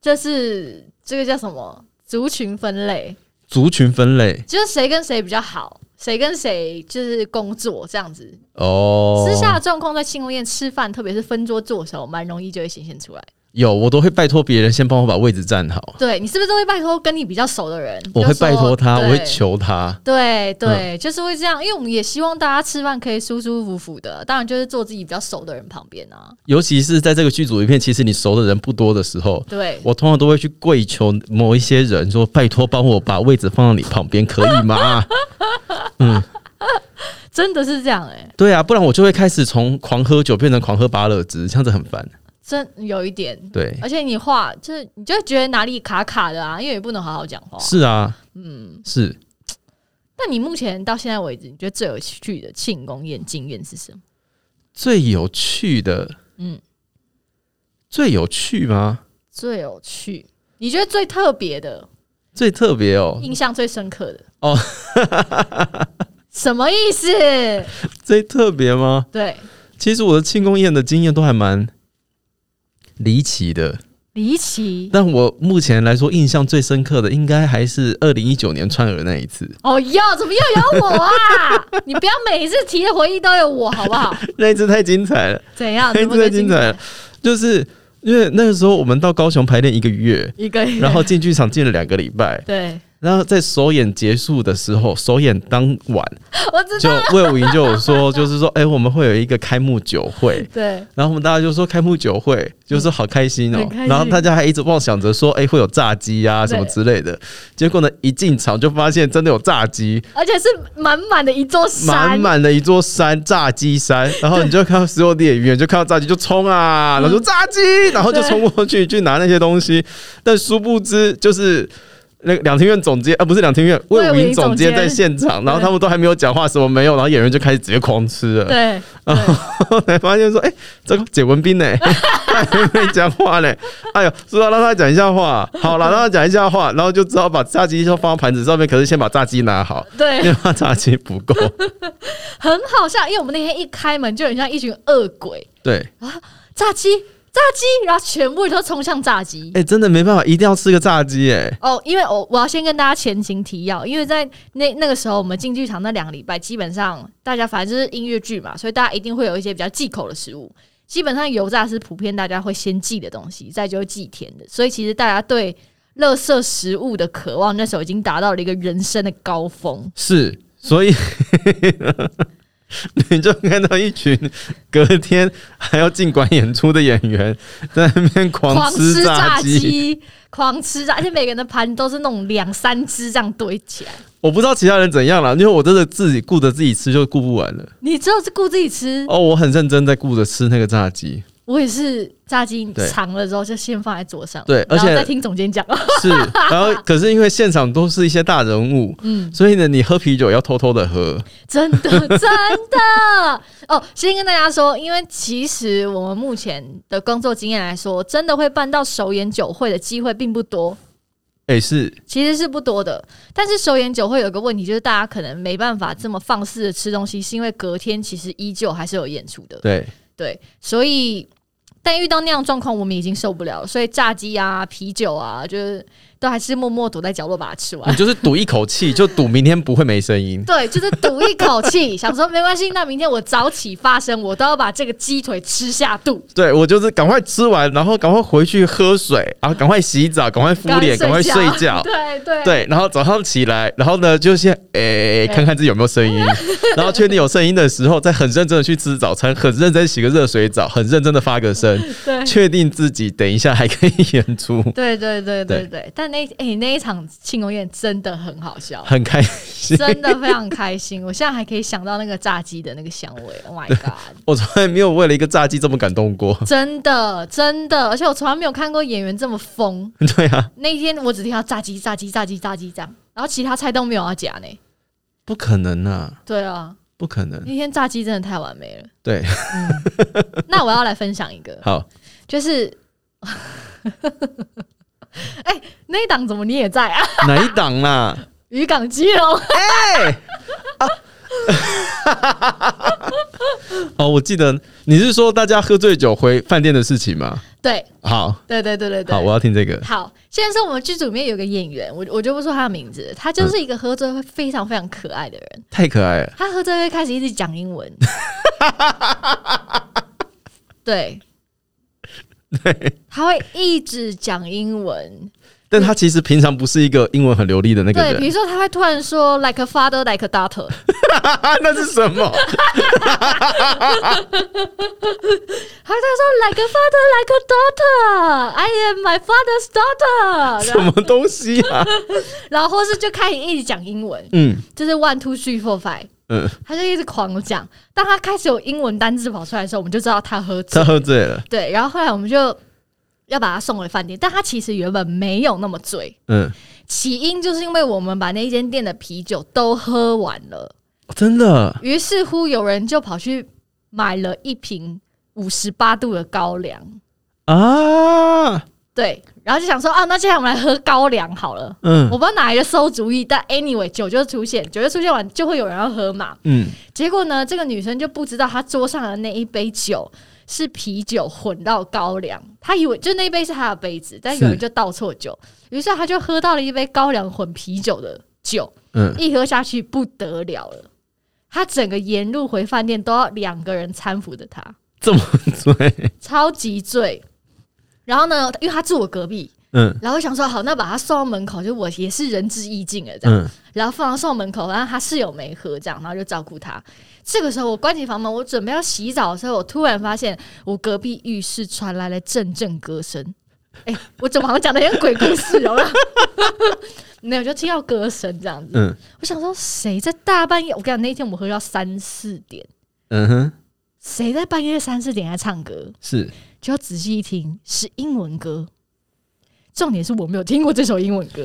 [SPEAKER 2] 这是这个叫什么族群分类。
[SPEAKER 1] 族群分类
[SPEAKER 2] 就是谁跟谁比较好，谁跟谁就是工作这样子。
[SPEAKER 1] 哦。
[SPEAKER 2] 私下的状况在庆功宴吃饭，特别是分桌坐的时候，蛮容易就会显现出来。
[SPEAKER 1] 有，我都会拜托别人先帮我把位置站好，
[SPEAKER 2] 对你是不是都会拜托跟你比较熟的人？
[SPEAKER 1] 我
[SPEAKER 2] 就
[SPEAKER 1] 会
[SPEAKER 2] 说
[SPEAKER 1] 拜托他，
[SPEAKER 2] 对
[SPEAKER 1] 我会求他。
[SPEAKER 2] 对
[SPEAKER 1] 嗯
[SPEAKER 2] 对，就是会这样，因为我们也希望大家吃饭可以舒舒服服的，当然就是坐自己比较熟的人旁边啊。
[SPEAKER 1] 尤其是在这个剧组里面，其实你熟的人不多的时候，
[SPEAKER 2] 对，
[SPEAKER 1] 我通常都会去跪求某一些人说：“拜托，帮我把位置放到你旁边，可以吗
[SPEAKER 2] 真的是这样哎、？”
[SPEAKER 1] 对啊，不然我就会开始从狂喝酒变成狂喝芭乐汁，这样子很烦。
[SPEAKER 2] 真有一点。
[SPEAKER 1] 对，
[SPEAKER 2] 而且你话就是，你就会觉得哪里卡卡的啊，因为也不能好好讲话。
[SPEAKER 1] 是啊，嗯，是
[SPEAKER 2] 那你目前到现在为止，你觉得最有趣的庆功宴经验是什么？
[SPEAKER 1] 最有趣的，
[SPEAKER 2] 嗯
[SPEAKER 1] 嗯，最有趣吗？
[SPEAKER 2] 最有趣，你觉得最特别的、
[SPEAKER 1] 最特别哦，
[SPEAKER 2] 印象最深刻的？
[SPEAKER 1] 哦，
[SPEAKER 2] 什么意思？
[SPEAKER 1] 最特别吗？
[SPEAKER 2] 对，
[SPEAKER 1] 其实我的庆功宴的经验都还蛮离奇的，
[SPEAKER 2] 离奇
[SPEAKER 1] 但我目前来说印象最深刻的，应该还是二零一九年川儿那一 次。
[SPEAKER 2] 哦哟，怎么又有我啊？你不要每一次提的回忆都有我，好不好？
[SPEAKER 1] 那一次太精彩了，
[SPEAKER 2] 怎样？
[SPEAKER 1] 啊 那一
[SPEAKER 2] 怎么
[SPEAKER 1] 次太
[SPEAKER 2] 最
[SPEAKER 1] 哎精
[SPEAKER 2] 精
[SPEAKER 1] 彩了，就是 因为那个时候我们到高雄排练一个月，
[SPEAKER 2] 一个月
[SPEAKER 1] 然后进剧场进了两个礼拜，
[SPEAKER 2] 对，
[SPEAKER 1] 然后在首演结束的时候，首演当晚
[SPEAKER 2] 我 知
[SPEAKER 1] 就
[SPEAKER 2] 道，
[SPEAKER 1] 魏武营就有说，就是说，哎、我们会有一个开幕酒会。
[SPEAKER 2] 对，
[SPEAKER 1] 然后我们大家就说开幕酒会，就是好开心哦、
[SPEAKER 2] 很开心
[SPEAKER 1] 然后大家还一直妄想着说，哎、会有炸鸡啊什么
[SPEAKER 2] 对
[SPEAKER 1] 之类的。结果呢，一进场就发现真的有炸鸡，
[SPEAKER 2] 而且是满满的一座山，
[SPEAKER 1] 满满的一座山，炸鸡山。然后你就看到所有的演员就看到炸鸡就冲
[SPEAKER 2] 嗯
[SPEAKER 1] 啊，然后说炸鸡，然后就
[SPEAKER 2] 对
[SPEAKER 1] 冲过去去拿那些东西。但殊不知就是。那个两厅院总监啊，不是两厅院，
[SPEAKER 2] 魏
[SPEAKER 1] 魏
[SPEAKER 2] 武
[SPEAKER 1] 武
[SPEAKER 2] 营
[SPEAKER 1] 营总监
[SPEAKER 2] 总
[SPEAKER 1] 在
[SPEAKER 2] 监
[SPEAKER 1] 现场，然后他们都还没有讲话，什么没有，然后演员就开始直接狂吃了。
[SPEAKER 2] 对，
[SPEAKER 1] 然后才发现说，哎、这个解文斌呢、他还没讲话呢、哎呦，说要让他讲一下话，好了，让他讲一下话，然后就只好把炸鸡就放到盘子上面，可是先把炸鸡拿 好，
[SPEAKER 2] 对
[SPEAKER 1] 因，为怕炸鸡不够。
[SPEAKER 2] 很好笑，因为我们那天一开门就很像一群恶鬼，
[SPEAKER 1] 对，
[SPEAKER 2] 炸鸡，炸鸡，然后全部人都冲向炸鸡。
[SPEAKER 1] 哎、真的没办法，一定要吃个炸鸡哎、
[SPEAKER 2] 哦，因为我我要先跟大家前情提要，因为在那那个时候我们进剧场那两个礼拜，基本上大家反正就是音乐剧嘛，所以大家一定会有一些比较忌口的食物。基本上油炸是普遍大家会先忌的东西，再就是忌甜的，所以其实大家对垃圾食物的渴望那时候已经达到了一个人生的高峰。
[SPEAKER 1] 是，所以 你就看到一群隔天还要进馆演出的演员 在那边狂吃
[SPEAKER 2] 吃炸
[SPEAKER 1] 鸡。
[SPEAKER 2] 鸡，狂吃炸，而且每个人的盘都是那种两三只这样堆起来。
[SPEAKER 1] 我不知道其他人怎样了，因为我真的自己顾着自己吃就顾不完了。
[SPEAKER 2] 你只有是顾自己吃，
[SPEAKER 1] 哦，我很认真在顾着吃那个炸 鸡，
[SPEAKER 2] 我也是炸鸡
[SPEAKER 1] 对
[SPEAKER 2] 尝了之后就先放在桌上，
[SPEAKER 1] 对而
[SPEAKER 2] 然后
[SPEAKER 1] 且
[SPEAKER 2] 再听总监讲。
[SPEAKER 1] 是，然后可是因为现场都是一些大人物，
[SPEAKER 2] 嗯，
[SPEAKER 1] 所以呢，你喝啤酒要偷偷的喝，
[SPEAKER 2] 真的真的 哦，先跟大家说，因为其实我们目前的工作经验来说，真的会办到首演酒会的机会并不多，
[SPEAKER 1] 哎、是
[SPEAKER 2] 其实是不多的。但是首演酒会有个问题，就是大家可能没办法这么放肆的吃东西，是因为隔天其实依旧还是有演出的。
[SPEAKER 1] 对，
[SPEAKER 2] 对，所以但遇到那样的状况，我们已经受不了了，所以炸鸡啊、啤酒啊，就是都还是默默躲在角落把它吃
[SPEAKER 1] 你
[SPEAKER 2] 完。
[SPEAKER 1] 就是赌一口气，就赌明天不会没声音。
[SPEAKER 2] 对，就是赌一口 气，想说没关系，那明天我早起发声，我都要把这个鸡腿吃下肚。。
[SPEAKER 1] 对我就是赶快吃完，然后赶快回去喝水，然后赶快洗澡，赶快敷脸，赶快睡觉
[SPEAKER 2] 对对
[SPEAKER 1] 对，然后早上起来，然后呢，就先诶、看看自己有没有声音，然后确定有声音的时候，再很认真的去吃早餐，很认真地洗个热水澡，很认真的发个 声，
[SPEAKER 2] 对
[SPEAKER 1] 确定自己等一下还可以演出，
[SPEAKER 2] 对对对对
[SPEAKER 1] 对
[SPEAKER 2] 对。但那哎、那一场庆功宴真的很好 笑。
[SPEAKER 1] 很开心。
[SPEAKER 2] 真的非常开心，我现在还可以想到那个炸鸡的那个香味。Oh my god！
[SPEAKER 1] 我从来没有为了一个炸鸡这么感动过。
[SPEAKER 2] 真的，真的，而且我从来没有看过演员这么疯。
[SPEAKER 1] 对啊，
[SPEAKER 2] 那一天我只听到炸鸡、炸鸡、炸鸡、炸鸡这样，然后其他菜都没有要夹呢。
[SPEAKER 1] 不可能啊，
[SPEAKER 2] 对啊，
[SPEAKER 1] 不可能。
[SPEAKER 2] 那天炸鸡真的太完美了。
[SPEAKER 1] 对，
[SPEAKER 2] 那我要来分享一个，
[SPEAKER 1] 好，
[SPEAKER 2] 就是， 哎、那一档怎么你也在啊？
[SPEAKER 1] 哪一档啦？
[SPEAKER 2] 渔港基隆，
[SPEAKER 1] 哦，我记得你是说大家喝醉酒回饭店的事情吗？
[SPEAKER 2] 对
[SPEAKER 1] 好，
[SPEAKER 2] 对对对对对。
[SPEAKER 1] 好，啊我要听这个。
[SPEAKER 2] 好，现在是我们剧组里面有个演员，我我就不说他的名字，他就是一个喝醉会非常非常可爱的人，
[SPEAKER 1] 太可爱了，
[SPEAKER 2] 他喝醉会开始一直讲 英文，对，他会一直讲英文，
[SPEAKER 1] 但他其实平常不是一个英文很流利的那个
[SPEAKER 2] 对，比
[SPEAKER 1] 人，
[SPEAKER 2] 如说他会突然说 like a father like a daughter，
[SPEAKER 1] 那是什 么？
[SPEAKER 2] 他会说 like a father like a daughter，I am my father's daughter，然
[SPEAKER 1] 什
[SPEAKER 2] 后
[SPEAKER 1] 么东西 啊？
[SPEAKER 2] 然后或是就开始一直讲英文，
[SPEAKER 1] 嗯
[SPEAKER 2] 就是 one two three four five，
[SPEAKER 1] 嗯，
[SPEAKER 2] 他就一直狂讲。当他开始有英文单字跑出来的时候，我们就知道他喝醉
[SPEAKER 1] 他。喝醉了，
[SPEAKER 2] 对，然后后来我们就要把他送回饭店，但他其实原本没有那么醉，
[SPEAKER 1] 嗯，
[SPEAKER 2] 起因就是因为我们把那间店的啤酒都喝完了，
[SPEAKER 1] 哦真的
[SPEAKER 2] 于是乎有人就跑去买了一瓶五十八度的高粱，
[SPEAKER 1] 啊，
[SPEAKER 2] 对，然后就想说啊，那接下来我们来喝高粱好了。
[SPEAKER 1] 嗯
[SPEAKER 2] 我不知道哪来的馊主意，但 anyway 酒就出现，酒就出现完就会有人要喝嘛。
[SPEAKER 1] 嗯，
[SPEAKER 2] 结果呢，这个女生就不知道她桌上的那一杯酒是啤酒混到高粱，她以为就那一杯是她的杯子，但有人
[SPEAKER 1] 是
[SPEAKER 2] 就倒错酒，于是她就喝到了一杯高粱混啤酒的酒，
[SPEAKER 1] 嗯，
[SPEAKER 2] 一喝下去不得了了。她整个沿路回饭店都要两个人搀扶着她，
[SPEAKER 1] 这么醉，
[SPEAKER 2] 超级醉。然后呢，因为她住我隔壁，
[SPEAKER 1] 嗯
[SPEAKER 2] 然后我想说好，那把他送到门口，就我也是仁至义尽了这样。
[SPEAKER 1] 嗯，
[SPEAKER 2] 然后放到送门口，然后他室友没喝，这样，然后就照顾他。这个时候我关起房门，我准备要洗澡的时候，我突然发现我隔壁浴室传来了阵阵歌声。哎、我怎么好像讲的像鬼故事哦？ 然后没有，就听到歌声这样子。
[SPEAKER 1] 嗯
[SPEAKER 2] 我想说，谁在大半夜？我跟你讲，那一天我们喝到三四点，
[SPEAKER 1] 嗯哼，
[SPEAKER 2] 谁在半夜三四点在唱歌？
[SPEAKER 1] 是
[SPEAKER 2] 就要仔细一听，是英文歌。重点是我没有听过这首英文歌，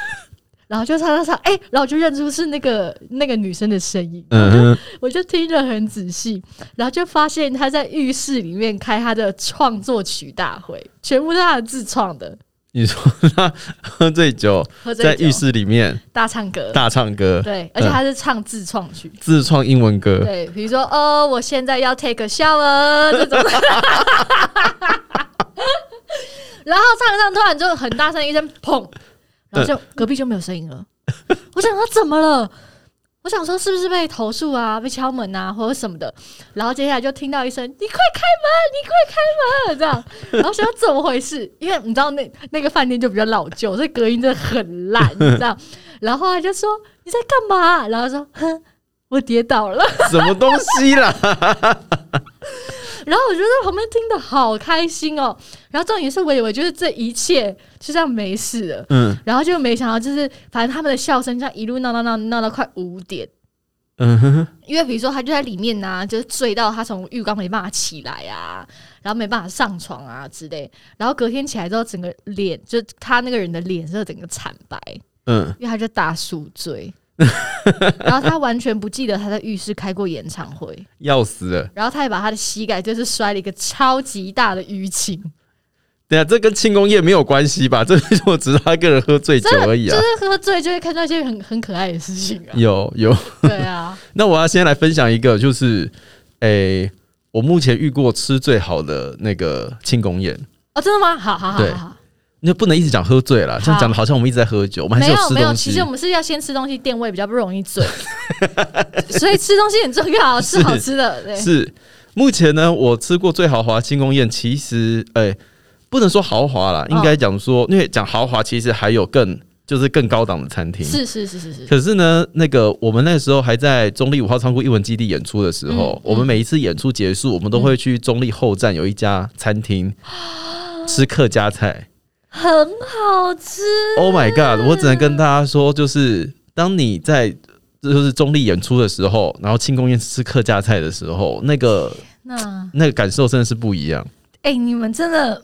[SPEAKER 2] 然后就唱唱唱，哎、然后我就认出是那个那个女生的声音，
[SPEAKER 1] 嗯哼，
[SPEAKER 2] 我就听着很仔细，然后就发现她在浴室里面开她的创作曲大会，全部是她的自创的，
[SPEAKER 1] 你说他喝醉酒
[SPEAKER 2] 喝醉
[SPEAKER 1] 在
[SPEAKER 2] 酒
[SPEAKER 1] 浴室里面
[SPEAKER 2] 大唱歌，
[SPEAKER 1] 大嗯唱歌，
[SPEAKER 2] 对，而且她是唱自创曲，
[SPEAKER 1] 自创英文歌，
[SPEAKER 2] 对，比如说哦，我现在要 take a shower 这种。 然后唱一唱，突然就很大声一声砰，然后就隔壁就没有声音了。我想说怎么了？我想说是不是被投诉啊，被敲门啊，或者什么的。然后接下来就听到一声“你快开门，你快开门”这样。然后想说怎么回事？因为你知道那那个饭店就比较老旧，所以隔音真的很烂，你知道。然后他就说你在干嘛？然后说哼，我跌倒了。
[SPEAKER 1] 什么东西啦？
[SPEAKER 2] 然后我就在旁边听的好开心哦。然后重点是我以为就是这一切就这样没事了，
[SPEAKER 1] 嗯
[SPEAKER 2] 然后就没想到就是反正他们的笑声这样一路闹闹闹闹到快五点。
[SPEAKER 1] 嗯哼，
[SPEAKER 2] 因为比如说，他就在里面呐、就是醉到他从浴缸没办法起来啊，然后没办法上床啊之类。然后隔天起来之后，整个脸就他那个人的脸色整个惨白，
[SPEAKER 1] 嗯，
[SPEAKER 2] 因为他就大宿醉， 然后他完全不记得他在浴室开过演唱会。
[SPEAKER 1] 要死了！
[SPEAKER 2] 然后他也把他的膝盖就是摔了一个超级大的淤青，
[SPEAKER 1] 对啊，这跟庆功宴没有关系吧？这就我只是他个人喝醉酒而已
[SPEAKER 2] 就
[SPEAKER 1] 啊。
[SPEAKER 2] 是喝醉就会看到一些很很可爱的事情啊。
[SPEAKER 1] 有有，
[SPEAKER 2] 对啊，
[SPEAKER 1] 那我要先来分享一个，就是诶、我目前遇过吃最好的那个庆功宴。
[SPEAKER 2] 哦，真的吗？好好好
[SPEAKER 1] 对
[SPEAKER 2] 好
[SPEAKER 1] 那不能一直讲喝醉了，这样讲的好像我们一直在喝酒，我
[SPEAKER 2] 好，
[SPEAKER 1] 们还
[SPEAKER 2] 没
[SPEAKER 1] 是
[SPEAKER 2] 有
[SPEAKER 1] 吃
[SPEAKER 2] 没有，
[SPEAKER 1] 东
[SPEAKER 2] 其实
[SPEAKER 1] 西
[SPEAKER 2] 我。们是要先吃东西垫胃，比较不容 易醉，所以吃东西很重要，吃好吃的。对，
[SPEAKER 1] 是目前呢，我吃过最豪华庆功宴，其实诶、不能说豪华啦，
[SPEAKER 2] 嗯
[SPEAKER 1] 应该讲说，因为讲豪华其实还有更就是更高档的餐厅。
[SPEAKER 2] 是是是是是，
[SPEAKER 1] 可是呢，那个我们那时候还在中立五号仓库艺文基地演出的时候，
[SPEAKER 2] 嗯
[SPEAKER 1] 我们每一次演出结束，我们都会去中立后站有一家餐厅、
[SPEAKER 2] 嗯
[SPEAKER 1] 吃客家菜。
[SPEAKER 2] 很好吃。
[SPEAKER 1] Oh my god！我只能跟大家说，就是当你在就是中立演出的时候，然后庆功宴吃客家菜的时候，那 个
[SPEAKER 2] 那
[SPEAKER 1] 那个感受真的是不一样。
[SPEAKER 2] 哎、你们真的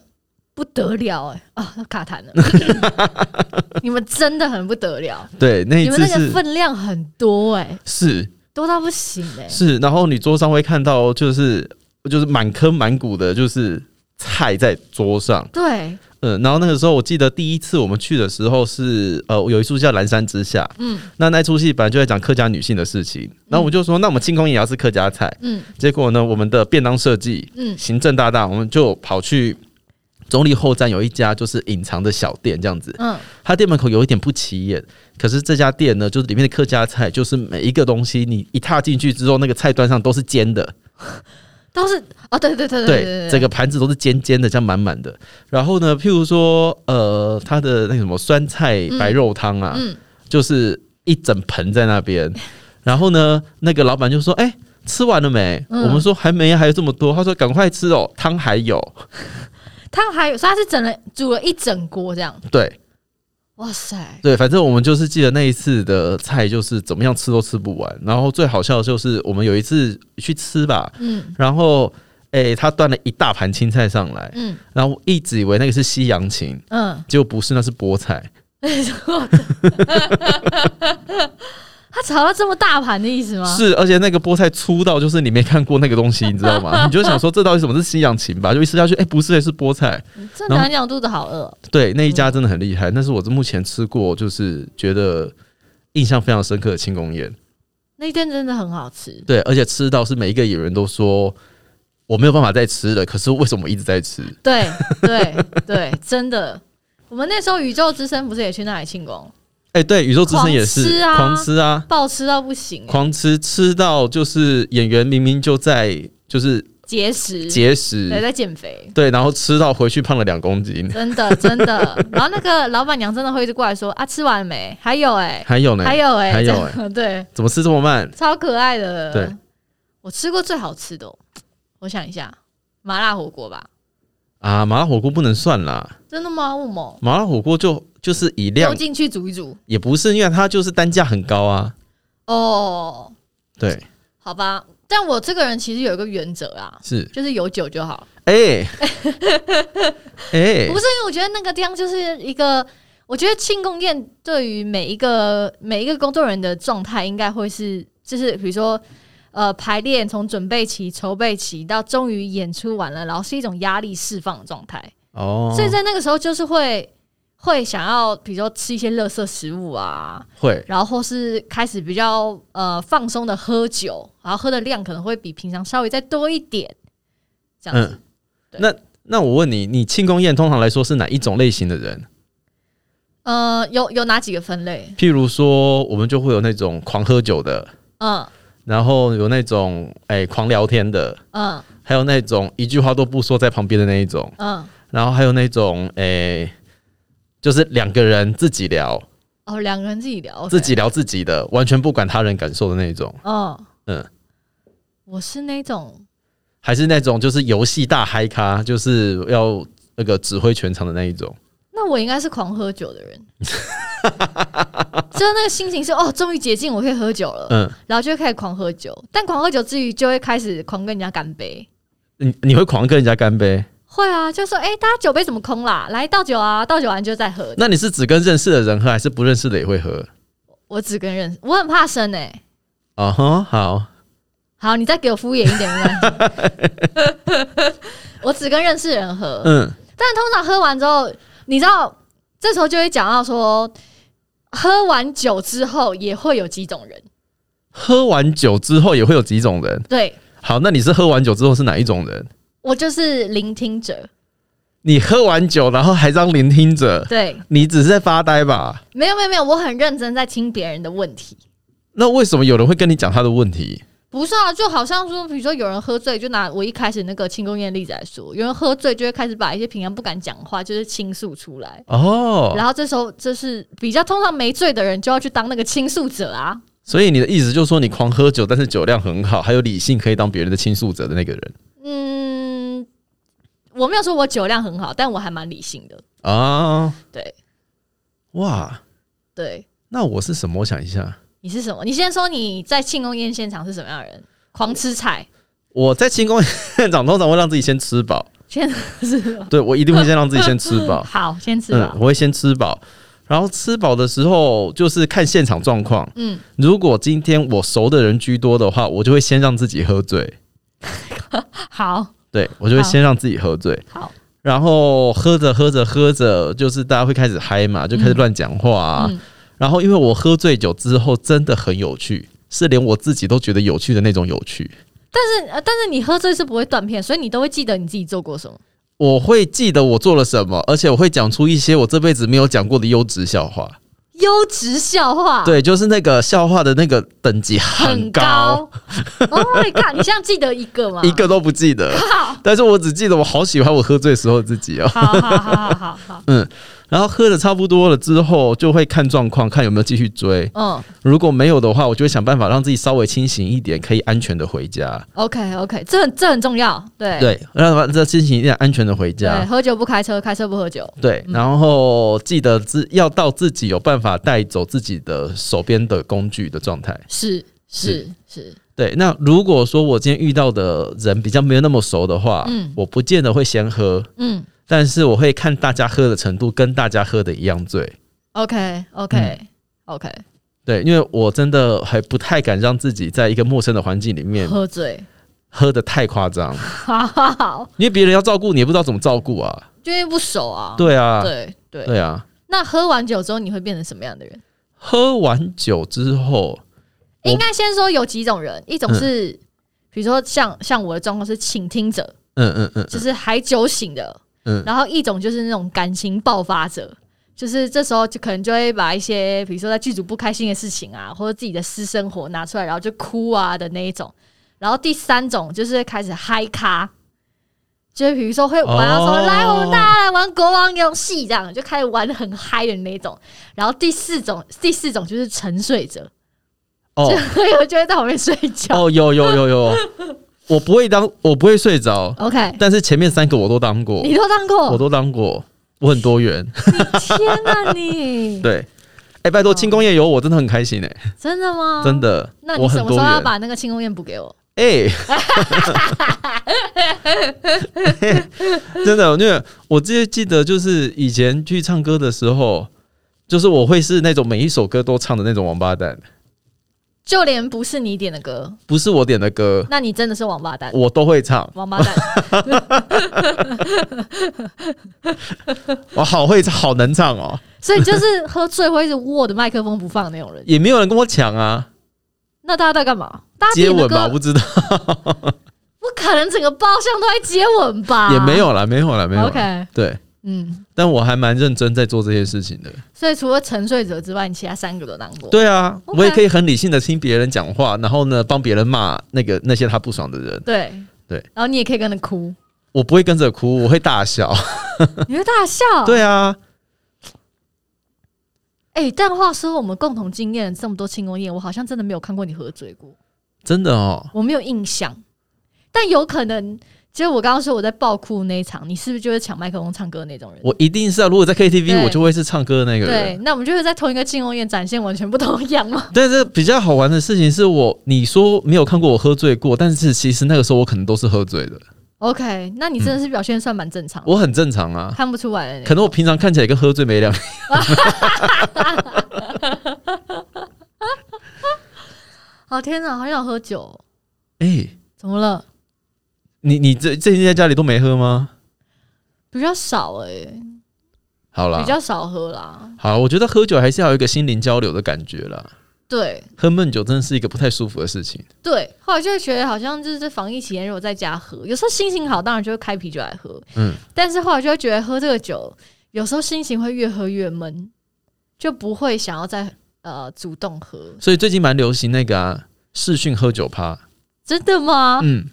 [SPEAKER 2] 不得了哎、啊，哦，卡痰了， 你们真的很不得了，
[SPEAKER 1] 对，那一
[SPEAKER 2] 你们
[SPEAKER 1] 次
[SPEAKER 2] 那个
[SPEAKER 1] 是
[SPEAKER 2] 分量很多哎、
[SPEAKER 1] 是
[SPEAKER 2] 多到不行哎、
[SPEAKER 1] 是，然后你桌上会看到就是就是满坑满谷的，就是菜在桌上。
[SPEAKER 2] 对，
[SPEAKER 1] 嗯，然后那个时候我记得第一次我们去的时候是呃，有一出戏叫《蓝山之下》，
[SPEAKER 2] 嗯
[SPEAKER 1] 那那出戏本来就在讲客家女性的事情，然后我就说，那我们庆功宴也要吃客家菜。
[SPEAKER 2] 嗯
[SPEAKER 1] 结果呢，我们的便当设计，
[SPEAKER 2] 嗯
[SPEAKER 1] 行政大大，我们就跑去中立后站有一家就是隐藏的小店，这样子，
[SPEAKER 2] 嗯，
[SPEAKER 1] 它店门口有一点不起眼，可是这家店呢，就是里面的客家菜，就是每一个东西你一踏进去之后，那个菜端上都是煎的，
[SPEAKER 2] 都是哦，对对对
[SPEAKER 1] 对，
[SPEAKER 2] 对，
[SPEAKER 1] 整个盘子都是尖尖的，这样满满的。然后呢，譬如说，呃，它的那个什么酸菜白肉汤啊，
[SPEAKER 2] 嗯
[SPEAKER 1] 就是一整盆在那边。 然后呢，那个老板就说：“哎、吃完了没？”
[SPEAKER 2] 嗯
[SPEAKER 1] 我们说：“还没啊，还有这么多。”他说：“赶快吃哦，汤还有。
[SPEAKER 2] 他还有，所以他是整了煮了一整锅这样，”
[SPEAKER 1] 对
[SPEAKER 2] 哇塞，
[SPEAKER 1] 对，反正我们就是记得那一次的菜，就是怎么样吃都吃不完。然后最好笑的就是我们有一次去吃吧，
[SPEAKER 2] 嗯
[SPEAKER 1] 然后哎、他端了一大盘青菜上来，
[SPEAKER 2] 嗯
[SPEAKER 1] 然后我一直以为那个是西洋芹，
[SPEAKER 2] 嗯，
[SPEAKER 1] 结果不是，那是菠菜。
[SPEAKER 2] 他炒到这么大盘的意思吗？
[SPEAKER 1] 是，而且那个菠菜粗到就是你没看过那个东西，你知道 吗？你就想说这到底什么是西洋芹吧？就一吃下去，哎、不是、是菠菜。
[SPEAKER 2] 这
[SPEAKER 1] 然后
[SPEAKER 2] 南讲肚子好饿哦，
[SPEAKER 1] 对，那一家真的很厉
[SPEAKER 2] 嗯
[SPEAKER 1] 害，那是我目前吃过就是觉得印象非常深刻的庆功宴。
[SPEAKER 2] 那间真的很好吃，
[SPEAKER 1] 对，而且吃到是每一个演员都说我没有办法再吃了，可是为什么我一直在吃？
[SPEAKER 2] 对对对，真的。我们那时候宇宙之声不是也去那里庆功，
[SPEAKER 1] 哎、对，宇宙之声也是
[SPEAKER 2] 狂
[SPEAKER 1] 狂
[SPEAKER 2] 吃
[SPEAKER 1] 吃啊，
[SPEAKER 2] 爆吃到不行欸、
[SPEAKER 1] 狂吃吃到就是演员明明就在就是
[SPEAKER 2] 节食，
[SPEAKER 1] 节
[SPEAKER 2] 对，
[SPEAKER 1] 食，
[SPEAKER 2] 在减肥。
[SPEAKER 1] 对，然后吃到回去胖了两公斤，
[SPEAKER 2] 真的真的，然后那个老板娘真的会一直过来说啊，吃完没？还有哎、
[SPEAKER 1] 还有呢，
[SPEAKER 2] 还有哎、
[SPEAKER 1] 还有
[SPEAKER 2] 这样 对，
[SPEAKER 1] 怎么吃这么慢？
[SPEAKER 2] 超可爱的。
[SPEAKER 1] 对，
[SPEAKER 2] 我吃过最好吃的哦、我想一下，麻辣火锅吧？
[SPEAKER 1] 啊，麻辣火锅不能算啦，
[SPEAKER 2] 真的吗？为什么？
[SPEAKER 1] 麻辣火锅就就是以
[SPEAKER 2] 丢
[SPEAKER 1] 量，
[SPEAKER 2] 进去煮一煮。
[SPEAKER 1] 也不是因为它就是单价很高啊，
[SPEAKER 2] 哦，
[SPEAKER 1] 对，
[SPEAKER 2] 好吧，但我这个人其实有一个原则啊，
[SPEAKER 1] 是，
[SPEAKER 2] 就是有酒就好。
[SPEAKER 1] 哎、哎、
[SPEAKER 2] 不是因为我觉得那个地方就是一个，我觉得庆功宴对于每一个每一个工作人员的状态，应该会是就是比如说。呃，排练从准备期、筹备期到终于演出完了，然后是一种压力释放的状态，
[SPEAKER 1] 哦，
[SPEAKER 2] 所以在那个时候就是会会想要，比如说吃一些垃圾食物啊，
[SPEAKER 1] 会
[SPEAKER 2] 然后或是开始比较呃放松的喝酒，然后喝的量可能会比平常稍微再多一点，这样子。
[SPEAKER 1] 嗯
[SPEAKER 2] 对
[SPEAKER 1] 那那我问你，你庆功宴通常来说是哪一种类型的人？
[SPEAKER 2] 呃，有有哪几个分类？
[SPEAKER 1] 譬如说，我们就会有那种狂喝酒的，
[SPEAKER 2] 嗯
[SPEAKER 1] 然后有那种哎、狂聊天的，
[SPEAKER 2] 嗯
[SPEAKER 1] 还有那种一句话都不说在旁边的那一种，
[SPEAKER 2] 嗯，
[SPEAKER 1] 然后还有那种哎、就是两个人自己聊，
[SPEAKER 2] 哦，两个人自己聊，OK
[SPEAKER 1] 自己聊自己的，完全不管他人感受的那种，
[SPEAKER 2] 嗯
[SPEAKER 1] 嗯，
[SPEAKER 2] 我是那种
[SPEAKER 1] 还是那种就是游戏大嗨咖，就是要那个指挥全场的那一种。
[SPEAKER 2] 那我应该是狂喝酒的人， 就是那个心情是哦，终于解禁，我可以喝酒了，
[SPEAKER 1] 嗯，
[SPEAKER 2] 然后就会开始狂喝酒。但狂喝酒之余，就会开始狂跟人家干杯。
[SPEAKER 1] 你你会狂跟人家干杯？
[SPEAKER 2] 会啊，就说哎、大家酒杯怎么空啦？来倒酒啊，倒酒完就再喝。
[SPEAKER 1] 那你是只跟认识的人喝，还是不认识的也会喝？
[SPEAKER 2] 我只跟认识，我很怕生哎、
[SPEAKER 1] 哦吼，好，
[SPEAKER 2] 好，你再给我敷衍一点，没关系。我只跟认识人喝，
[SPEAKER 1] 嗯，
[SPEAKER 2] 但通常喝完之后，你知道，这时候就会讲到说，喝完酒之后也会有几种人，
[SPEAKER 1] 喝完酒之后也会有几种人。
[SPEAKER 2] 对
[SPEAKER 1] 好，那你是喝完酒之后是哪一种人？
[SPEAKER 2] 我就是聆听者，
[SPEAKER 1] 你喝完酒然后还当聆听者，
[SPEAKER 2] 对，
[SPEAKER 1] 你只是在发呆吧？
[SPEAKER 2] 没有没有没有，我很认真在听别人的问题。
[SPEAKER 1] 那为什么有人会跟你讲他的问题？
[SPEAKER 2] 不是啊，就好像说，比如说有人喝醉，就拿我一开始那个庆功宴的例子来说，有人喝醉就会开始把一些平常不敢讲的话，就是倾诉出来。
[SPEAKER 1] 哦，
[SPEAKER 2] 然后这时候就是比较通常没醉的人就要去当那个倾诉者啊，
[SPEAKER 1] 所以你的意思就是说你狂喝酒，但是酒量很好，还有理性可以当别人的倾诉者的那个人
[SPEAKER 2] 嗯，我没有说我酒量很好，但我还蛮理性的，
[SPEAKER 1] 啊、
[SPEAKER 2] 对
[SPEAKER 1] 哇，
[SPEAKER 2] 对。
[SPEAKER 1] 那我是什么？我想一下，
[SPEAKER 2] 你是什么？你先说你在庆功宴现场是什么样的人？狂吃菜，
[SPEAKER 1] 我在庆 功现场通常会让自己先吃饱，
[SPEAKER 2] 先是吧
[SPEAKER 1] 对我一定会先让自己先吃 饱。
[SPEAKER 2] 好，先吃吧
[SPEAKER 1] 嗯，。我会先吃饱，然后吃饱的时候就是看现场状况。
[SPEAKER 2] 嗯，
[SPEAKER 1] 如果今天我熟的人居多的话，我就会先让自己喝醉，
[SPEAKER 2] 好
[SPEAKER 1] 对我就会
[SPEAKER 2] 好
[SPEAKER 1] 先让自己喝醉，
[SPEAKER 2] 好，
[SPEAKER 1] 然后喝着喝着喝着，就是大家会开始嗨嘛，就开始乱讲话、啊。
[SPEAKER 2] 嗯
[SPEAKER 1] 然后因为我喝醉酒之后真的很有趣，是连我自己都觉得有趣的那种有趣。
[SPEAKER 2] 但是呃但是你喝醉是不会断片，所以你都会记得你自己做过什么。
[SPEAKER 1] 我会记得我做了什么，而且我会讲出一些我这辈子没有讲过的优质笑话。
[SPEAKER 2] 优质笑话，，
[SPEAKER 1] 对，就是那个笑话的那个等级
[SPEAKER 2] 很
[SPEAKER 1] 很高嗯
[SPEAKER 2] 高。oh my god！你现在记得一个吗？
[SPEAKER 1] 一。个都不记 得。但是我只记得我好喜欢我喝醉时候自己哦。
[SPEAKER 2] 好好好好好好，
[SPEAKER 1] 然后喝的差不多了之后，就会看状况，看有没有继续追。
[SPEAKER 2] 嗯
[SPEAKER 1] 如果没有的话，我就会想办法让自己稍微清醒一点，可以安全的回家。
[SPEAKER 2] ，OK OK，这很这很重要，对
[SPEAKER 1] 对，啊让这清醒一点，安全的回
[SPEAKER 2] 对，
[SPEAKER 1] 家。
[SPEAKER 2] 喝酒不开车，开车不喝酒，
[SPEAKER 1] 对，然后记得自要到自己有办法带走自己的手边的工具的状态。
[SPEAKER 2] 是是是，
[SPEAKER 1] 对，那如果说我今天遇到的人比较没有那么熟的话，
[SPEAKER 2] 嗯
[SPEAKER 1] 我不见得会先喝，
[SPEAKER 2] 嗯
[SPEAKER 1] 但是我会看大家喝的程度，跟大家喝的一样醉。
[SPEAKER 2] ，OK
[SPEAKER 1] 嗯
[SPEAKER 2] OK OK，
[SPEAKER 1] 对，因为我真的还不太敢让自己在一个陌生的环境里 面
[SPEAKER 2] 喝醉，
[SPEAKER 1] 喝的太夸张，
[SPEAKER 2] 好好好，
[SPEAKER 1] 因为别人要照顾你，也不知道怎么照顾啊。
[SPEAKER 2] 就因为不熟啊，
[SPEAKER 1] 对啊，
[SPEAKER 2] 对对。
[SPEAKER 1] 对啊。
[SPEAKER 2] 那喝完酒之后你会变成什么样的人？
[SPEAKER 1] 喝完酒之后，我嗯
[SPEAKER 2] 应该先说有几种人，一种是比如说像像我的状况是倾听者，
[SPEAKER 1] 嗯嗯嗯
[SPEAKER 2] 就是还酒醒的，
[SPEAKER 1] 嗯
[SPEAKER 2] 然后一种就是那种感情爆发者，就是这时候就可能就会把一些，比如说在剧组不开心的事情啊，或者自己的私生活拿出来，然后就哭啊的那一种。然后第三种就是开始嗨咖，就是比如说会玩到说、
[SPEAKER 1] 哦
[SPEAKER 2] 来，我们大家来玩国王游戏，这样就开始玩的很嗨的那种。然后第四种，第四种就是沉睡者，
[SPEAKER 1] 哦
[SPEAKER 2] 所以我就会在旁边睡觉。
[SPEAKER 1] 哦，有有有有，我不会当，我不会睡着，
[SPEAKER 2] OK，
[SPEAKER 1] 但是前面三个我都当过，
[SPEAKER 2] 哦你哦都当
[SPEAKER 1] 我
[SPEAKER 2] 过，
[SPEAKER 1] 都当过，我很多 元。
[SPEAKER 2] 天哪 你，
[SPEAKER 1] 对，哎、拜托，
[SPEAKER 2] 哦
[SPEAKER 1] 庆功宴有我真的很开心哎、
[SPEAKER 2] 真的吗？
[SPEAKER 1] 真。的，
[SPEAKER 2] 那
[SPEAKER 1] 我
[SPEAKER 2] 你什
[SPEAKER 1] 很
[SPEAKER 2] 么时
[SPEAKER 1] 多
[SPEAKER 2] 候要
[SPEAKER 1] 元。
[SPEAKER 2] 把那个庆功宴补给我？
[SPEAKER 1] 哎、真的，因为我记记得就是以前去唱歌的时候，就是我会是那种每一首歌都唱的那种王八蛋，
[SPEAKER 2] 就连不是你点的歌，
[SPEAKER 1] 不是我点的歌，
[SPEAKER 2] 那你真的是王八蛋，
[SPEAKER 1] 我都会唱，
[SPEAKER 2] 王八蛋。
[SPEAKER 1] 我好会唱，好能唱哦，
[SPEAKER 2] 所以就是喝醉会一直握着麦克风不放的那种人。
[SPEAKER 1] 也没有人跟我抢啊，
[SPEAKER 2] 那大家在干嘛？大家
[SPEAKER 1] 接
[SPEAKER 2] 点的
[SPEAKER 1] 吻吧，我
[SPEAKER 2] 歌
[SPEAKER 1] 不知道，
[SPEAKER 2] 不可能整个包厢都在接吻吧？
[SPEAKER 1] 也没有啦，没有啦，没有啦
[SPEAKER 2] 啊 OK，
[SPEAKER 1] 对，
[SPEAKER 2] 嗯，
[SPEAKER 1] 但我还蛮认真在做这些事情的。
[SPEAKER 2] 所以除了沉睡者之外，你其他三个都当过。
[SPEAKER 1] 对啊，
[SPEAKER 2] OK
[SPEAKER 1] 我也可以很理性的听别人讲话，然后呢，帮别人骂那个那些他不爽的人。
[SPEAKER 2] 对
[SPEAKER 1] 对，
[SPEAKER 2] 然后你也可以跟着 哭，
[SPEAKER 1] 我不会跟着哭，我会大笑。
[SPEAKER 2] 你会大笑。，
[SPEAKER 1] 对啊，
[SPEAKER 2] 哎，但话说我们共同经验这么多庆功宴，我好像真的没有看过你喝醉过，
[SPEAKER 1] 真的哦，
[SPEAKER 2] 我没有印象，但有可能。就是我刚刚说我在爆哭那一场，你是不是就是抢麦克风唱歌的那种人？
[SPEAKER 1] 我一定是啊。如果在
[SPEAKER 2] 对
[SPEAKER 1] KTV，我就会是唱歌的那个
[SPEAKER 2] 对
[SPEAKER 1] 人。，
[SPEAKER 2] 那我们就是在同一个庆功宴展现完全不同的样貌。
[SPEAKER 1] 但是比较好玩的事情是我，你说没有看过我喝醉过，但是其实那个时候我可能都是喝醉的，
[SPEAKER 2] OK，那你真的是表现算蛮正常的，
[SPEAKER 1] 嗯我很正常啊。
[SPEAKER 2] 看不出来的那
[SPEAKER 1] 可
[SPEAKER 2] 种。
[SPEAKER 1] 能我平常看起来跟喝醉没两样。
[SPEAKER 2] 哦天哪，好想喝酒哦，
[SPEAKER 1] 哎、
[SPEAKER 2] 怎么了？
[SPEAKER 1] 你你这最近在家里都没喝吗？
[SPEAKER 2] 比较少哎、
[SPEAKER 1] 好啦
[SPEAKER 2] 比，较少喝啦。
[SPEAKER 1] 好，我觉得喝酒还是要有一个心灵交流的感觉啦。
[SPEAKER 2] 对
[SPEAKER 1] 喝闷酒真的是一个不太舒服的事情。
[SPEAKER 2] 对，后来就会觉得好像就是防疫期间，如果在家喝，有时候心情好，当然就会开啤酒来喝。
[SPEAKER 1] 嗯，
[SPEAKER 2] 但是后来就会觉得喝这个酒，有时候心情会越喝越闷，就不会想要再呃主动喝。
[SPEAKER 1] 所以最近蛮流行那个啊，视讯喝酒趴。
[SPEAKER 2] 啊真的吗？
[SPEAKER 1] 嗯，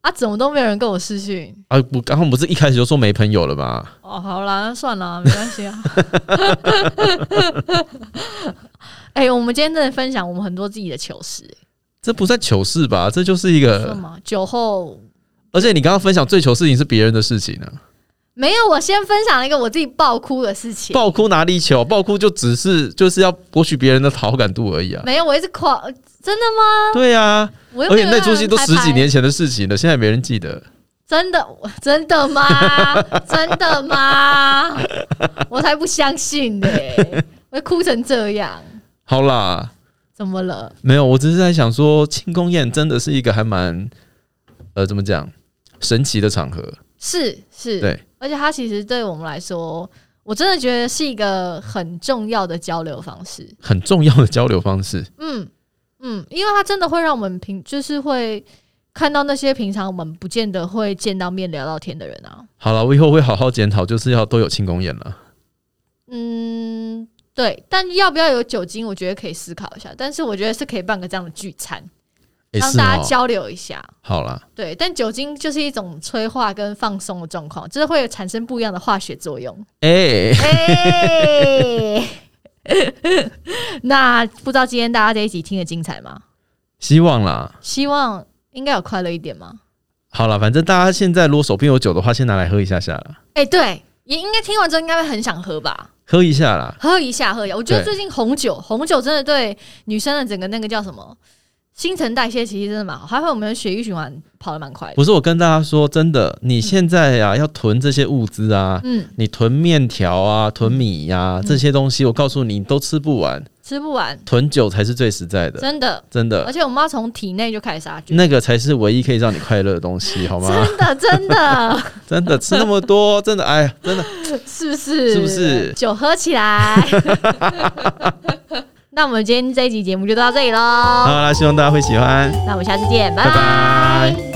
[SPEAKER 2] 啊，怎么都没有人跟我视讯？
[SPEAKER 1] 啊，我刚刚不是一开始就说没朋友了吗？
[SPEAKER 2] 哦，好啦，那算了，没关系啊。 哎、我们今天真的分享我们很多自己的糗事、
[SPEAKER 1] 这不算糗事吧？这就是一
[SPEAKER 2] 算
[SPEAKER 1] 个，
[SPEAKER 2] 吗？酒后
[SPEAKER 1] 而且你刚刚分享最糗事情是别人的事情呢、啊，
[SPEAKER 2] 没有，我先分享了一个我自己爆哭的事情。
[SPEAKER 1] 爆哭哪里糗？爆哭就只是就是要博取别人的好感度而已啊。
[SPEAKER 2] 没有，我一直狂，真的吗？
[SPEAKER 1] 对啊，
[SPEAKER 2] 我又
[SPEAKER 1] 而
[SPEAKER 2] 没
[SPEAKER 1] 且
[SPEAKER 2] 有
[SPEAKER 1] 那出戏都
[SPEAKER 2] 让
[SPEAKER 1] 十
[SPEAKER 2] 人
[SPEAKER 1] 几
[SPEAKER 2] 拍拍，
[SPEAKER 1] 年前的事情了，现在没人记得。
[SPEAKER 2] 真的 真的 吗？真的吗？我才不相信呢、我哭成这样，
[SPEAKER 1] 好啦，
[SPEAKER 2] 怎么了？
[SPEAKER 1] 没有，我只是在想说，庆功宴真的是一个还蛮，呃，怎么讲，神奇的场合。
[SPEAKER 2] 是是，
[SPEAKER 1] 对，
[SPEAKER 2] 而且它其实对我们来说，我真的觉得是一个很重要的交流方式。
[SPEAKER 1] 很重要的交流方式。
[SPEAKER 2] 嗯嗯，因为它真的会让我们平，就是会看到那些平常我们不见得会见到面聊到天的人啊。
[SPEAKER 1] 好了，我以后会好好检讨，就是要都有庆功宴了。
[SPEAKER 2] 嗯，对，但要不要有酒精，我觉得可以思考一下。但是我觉得是可以办个这样的聚餐，
[SPEAKER 1] 也
[SPEAKER 2] 让
[SPEAKER 1] 是
[SPEAKER 2] 大
[SPEAKER 1] 哦
[SPEAKER 2] 家，交流一下。
[SPEAKER 1] 好啦，
[SPEAKER 2] 对，但酒精就是一种催化跟放松的状况，就是会产生不一样的化学 作用。
[SPEAKER 1] 哎、
[SPEAKER 2] 哎， 那不知道今天大家这一集听得精彩吗？
[SPEAKER 1] 希望啦，
[SPEAKER 2] 希望应该有快乐一点吗？
[SPEAKER 1] 好啦，反正大家现在如果手边有酒的话，先拿来喝一下下啦，
[SPEAKER 2] 哎、对，也应该听完之后应该会很想喝吧，
[SPEAKER 1] 喝一下啦。
[SPEAKER 2] 喝一下，喝一下。我觉得
[SPEAKER 1] 对
[SPEAKER 2] 最近红酒，红酒真的对女生的整个那个叫什么新陈代谢，其实真的蛮好，还会我们的血液循环跑得蛮快的。
[SPEAKER 1] 不是我跟大家说，真的，你现在啊要囤这些物资啊，
[SPEAKER 2] 嗯，
[SPEAKER 1] 你囤面条啊，囤米呀、这些东西，我告诉你，你都吃不完，
[SPEAKER 2] 吃不完，
[SPEAKER 1] 囤酒才是最实在的，
[SPEAKER 2] 真的。
[SPEAKER 1] 真的
[SPEAKER 2] 而，且我们要从体内就开始杀菌，
[SPEAKER 1] 那个才是唯一可以让你快乐的东西，好 吗？
[SPEAKER 2] 真的真的
[SPEAKER 1] 真的吃那么多，真的，哎呀，真的，
[SPEAKER 2] 是不是？
[SPEAKER 1] 是不是
[SPEAKER 2] 酒喝起来？ 那我们今天这一集节目就到这里喽，
[SPEAKER 1] 好啦，希望大家会喜欢，
[SPEAKER 2] 那我们下次见，
[SPEAKER 1] 拜
[SPEAKER 2] 拜
[SPEAKER 1] 拜。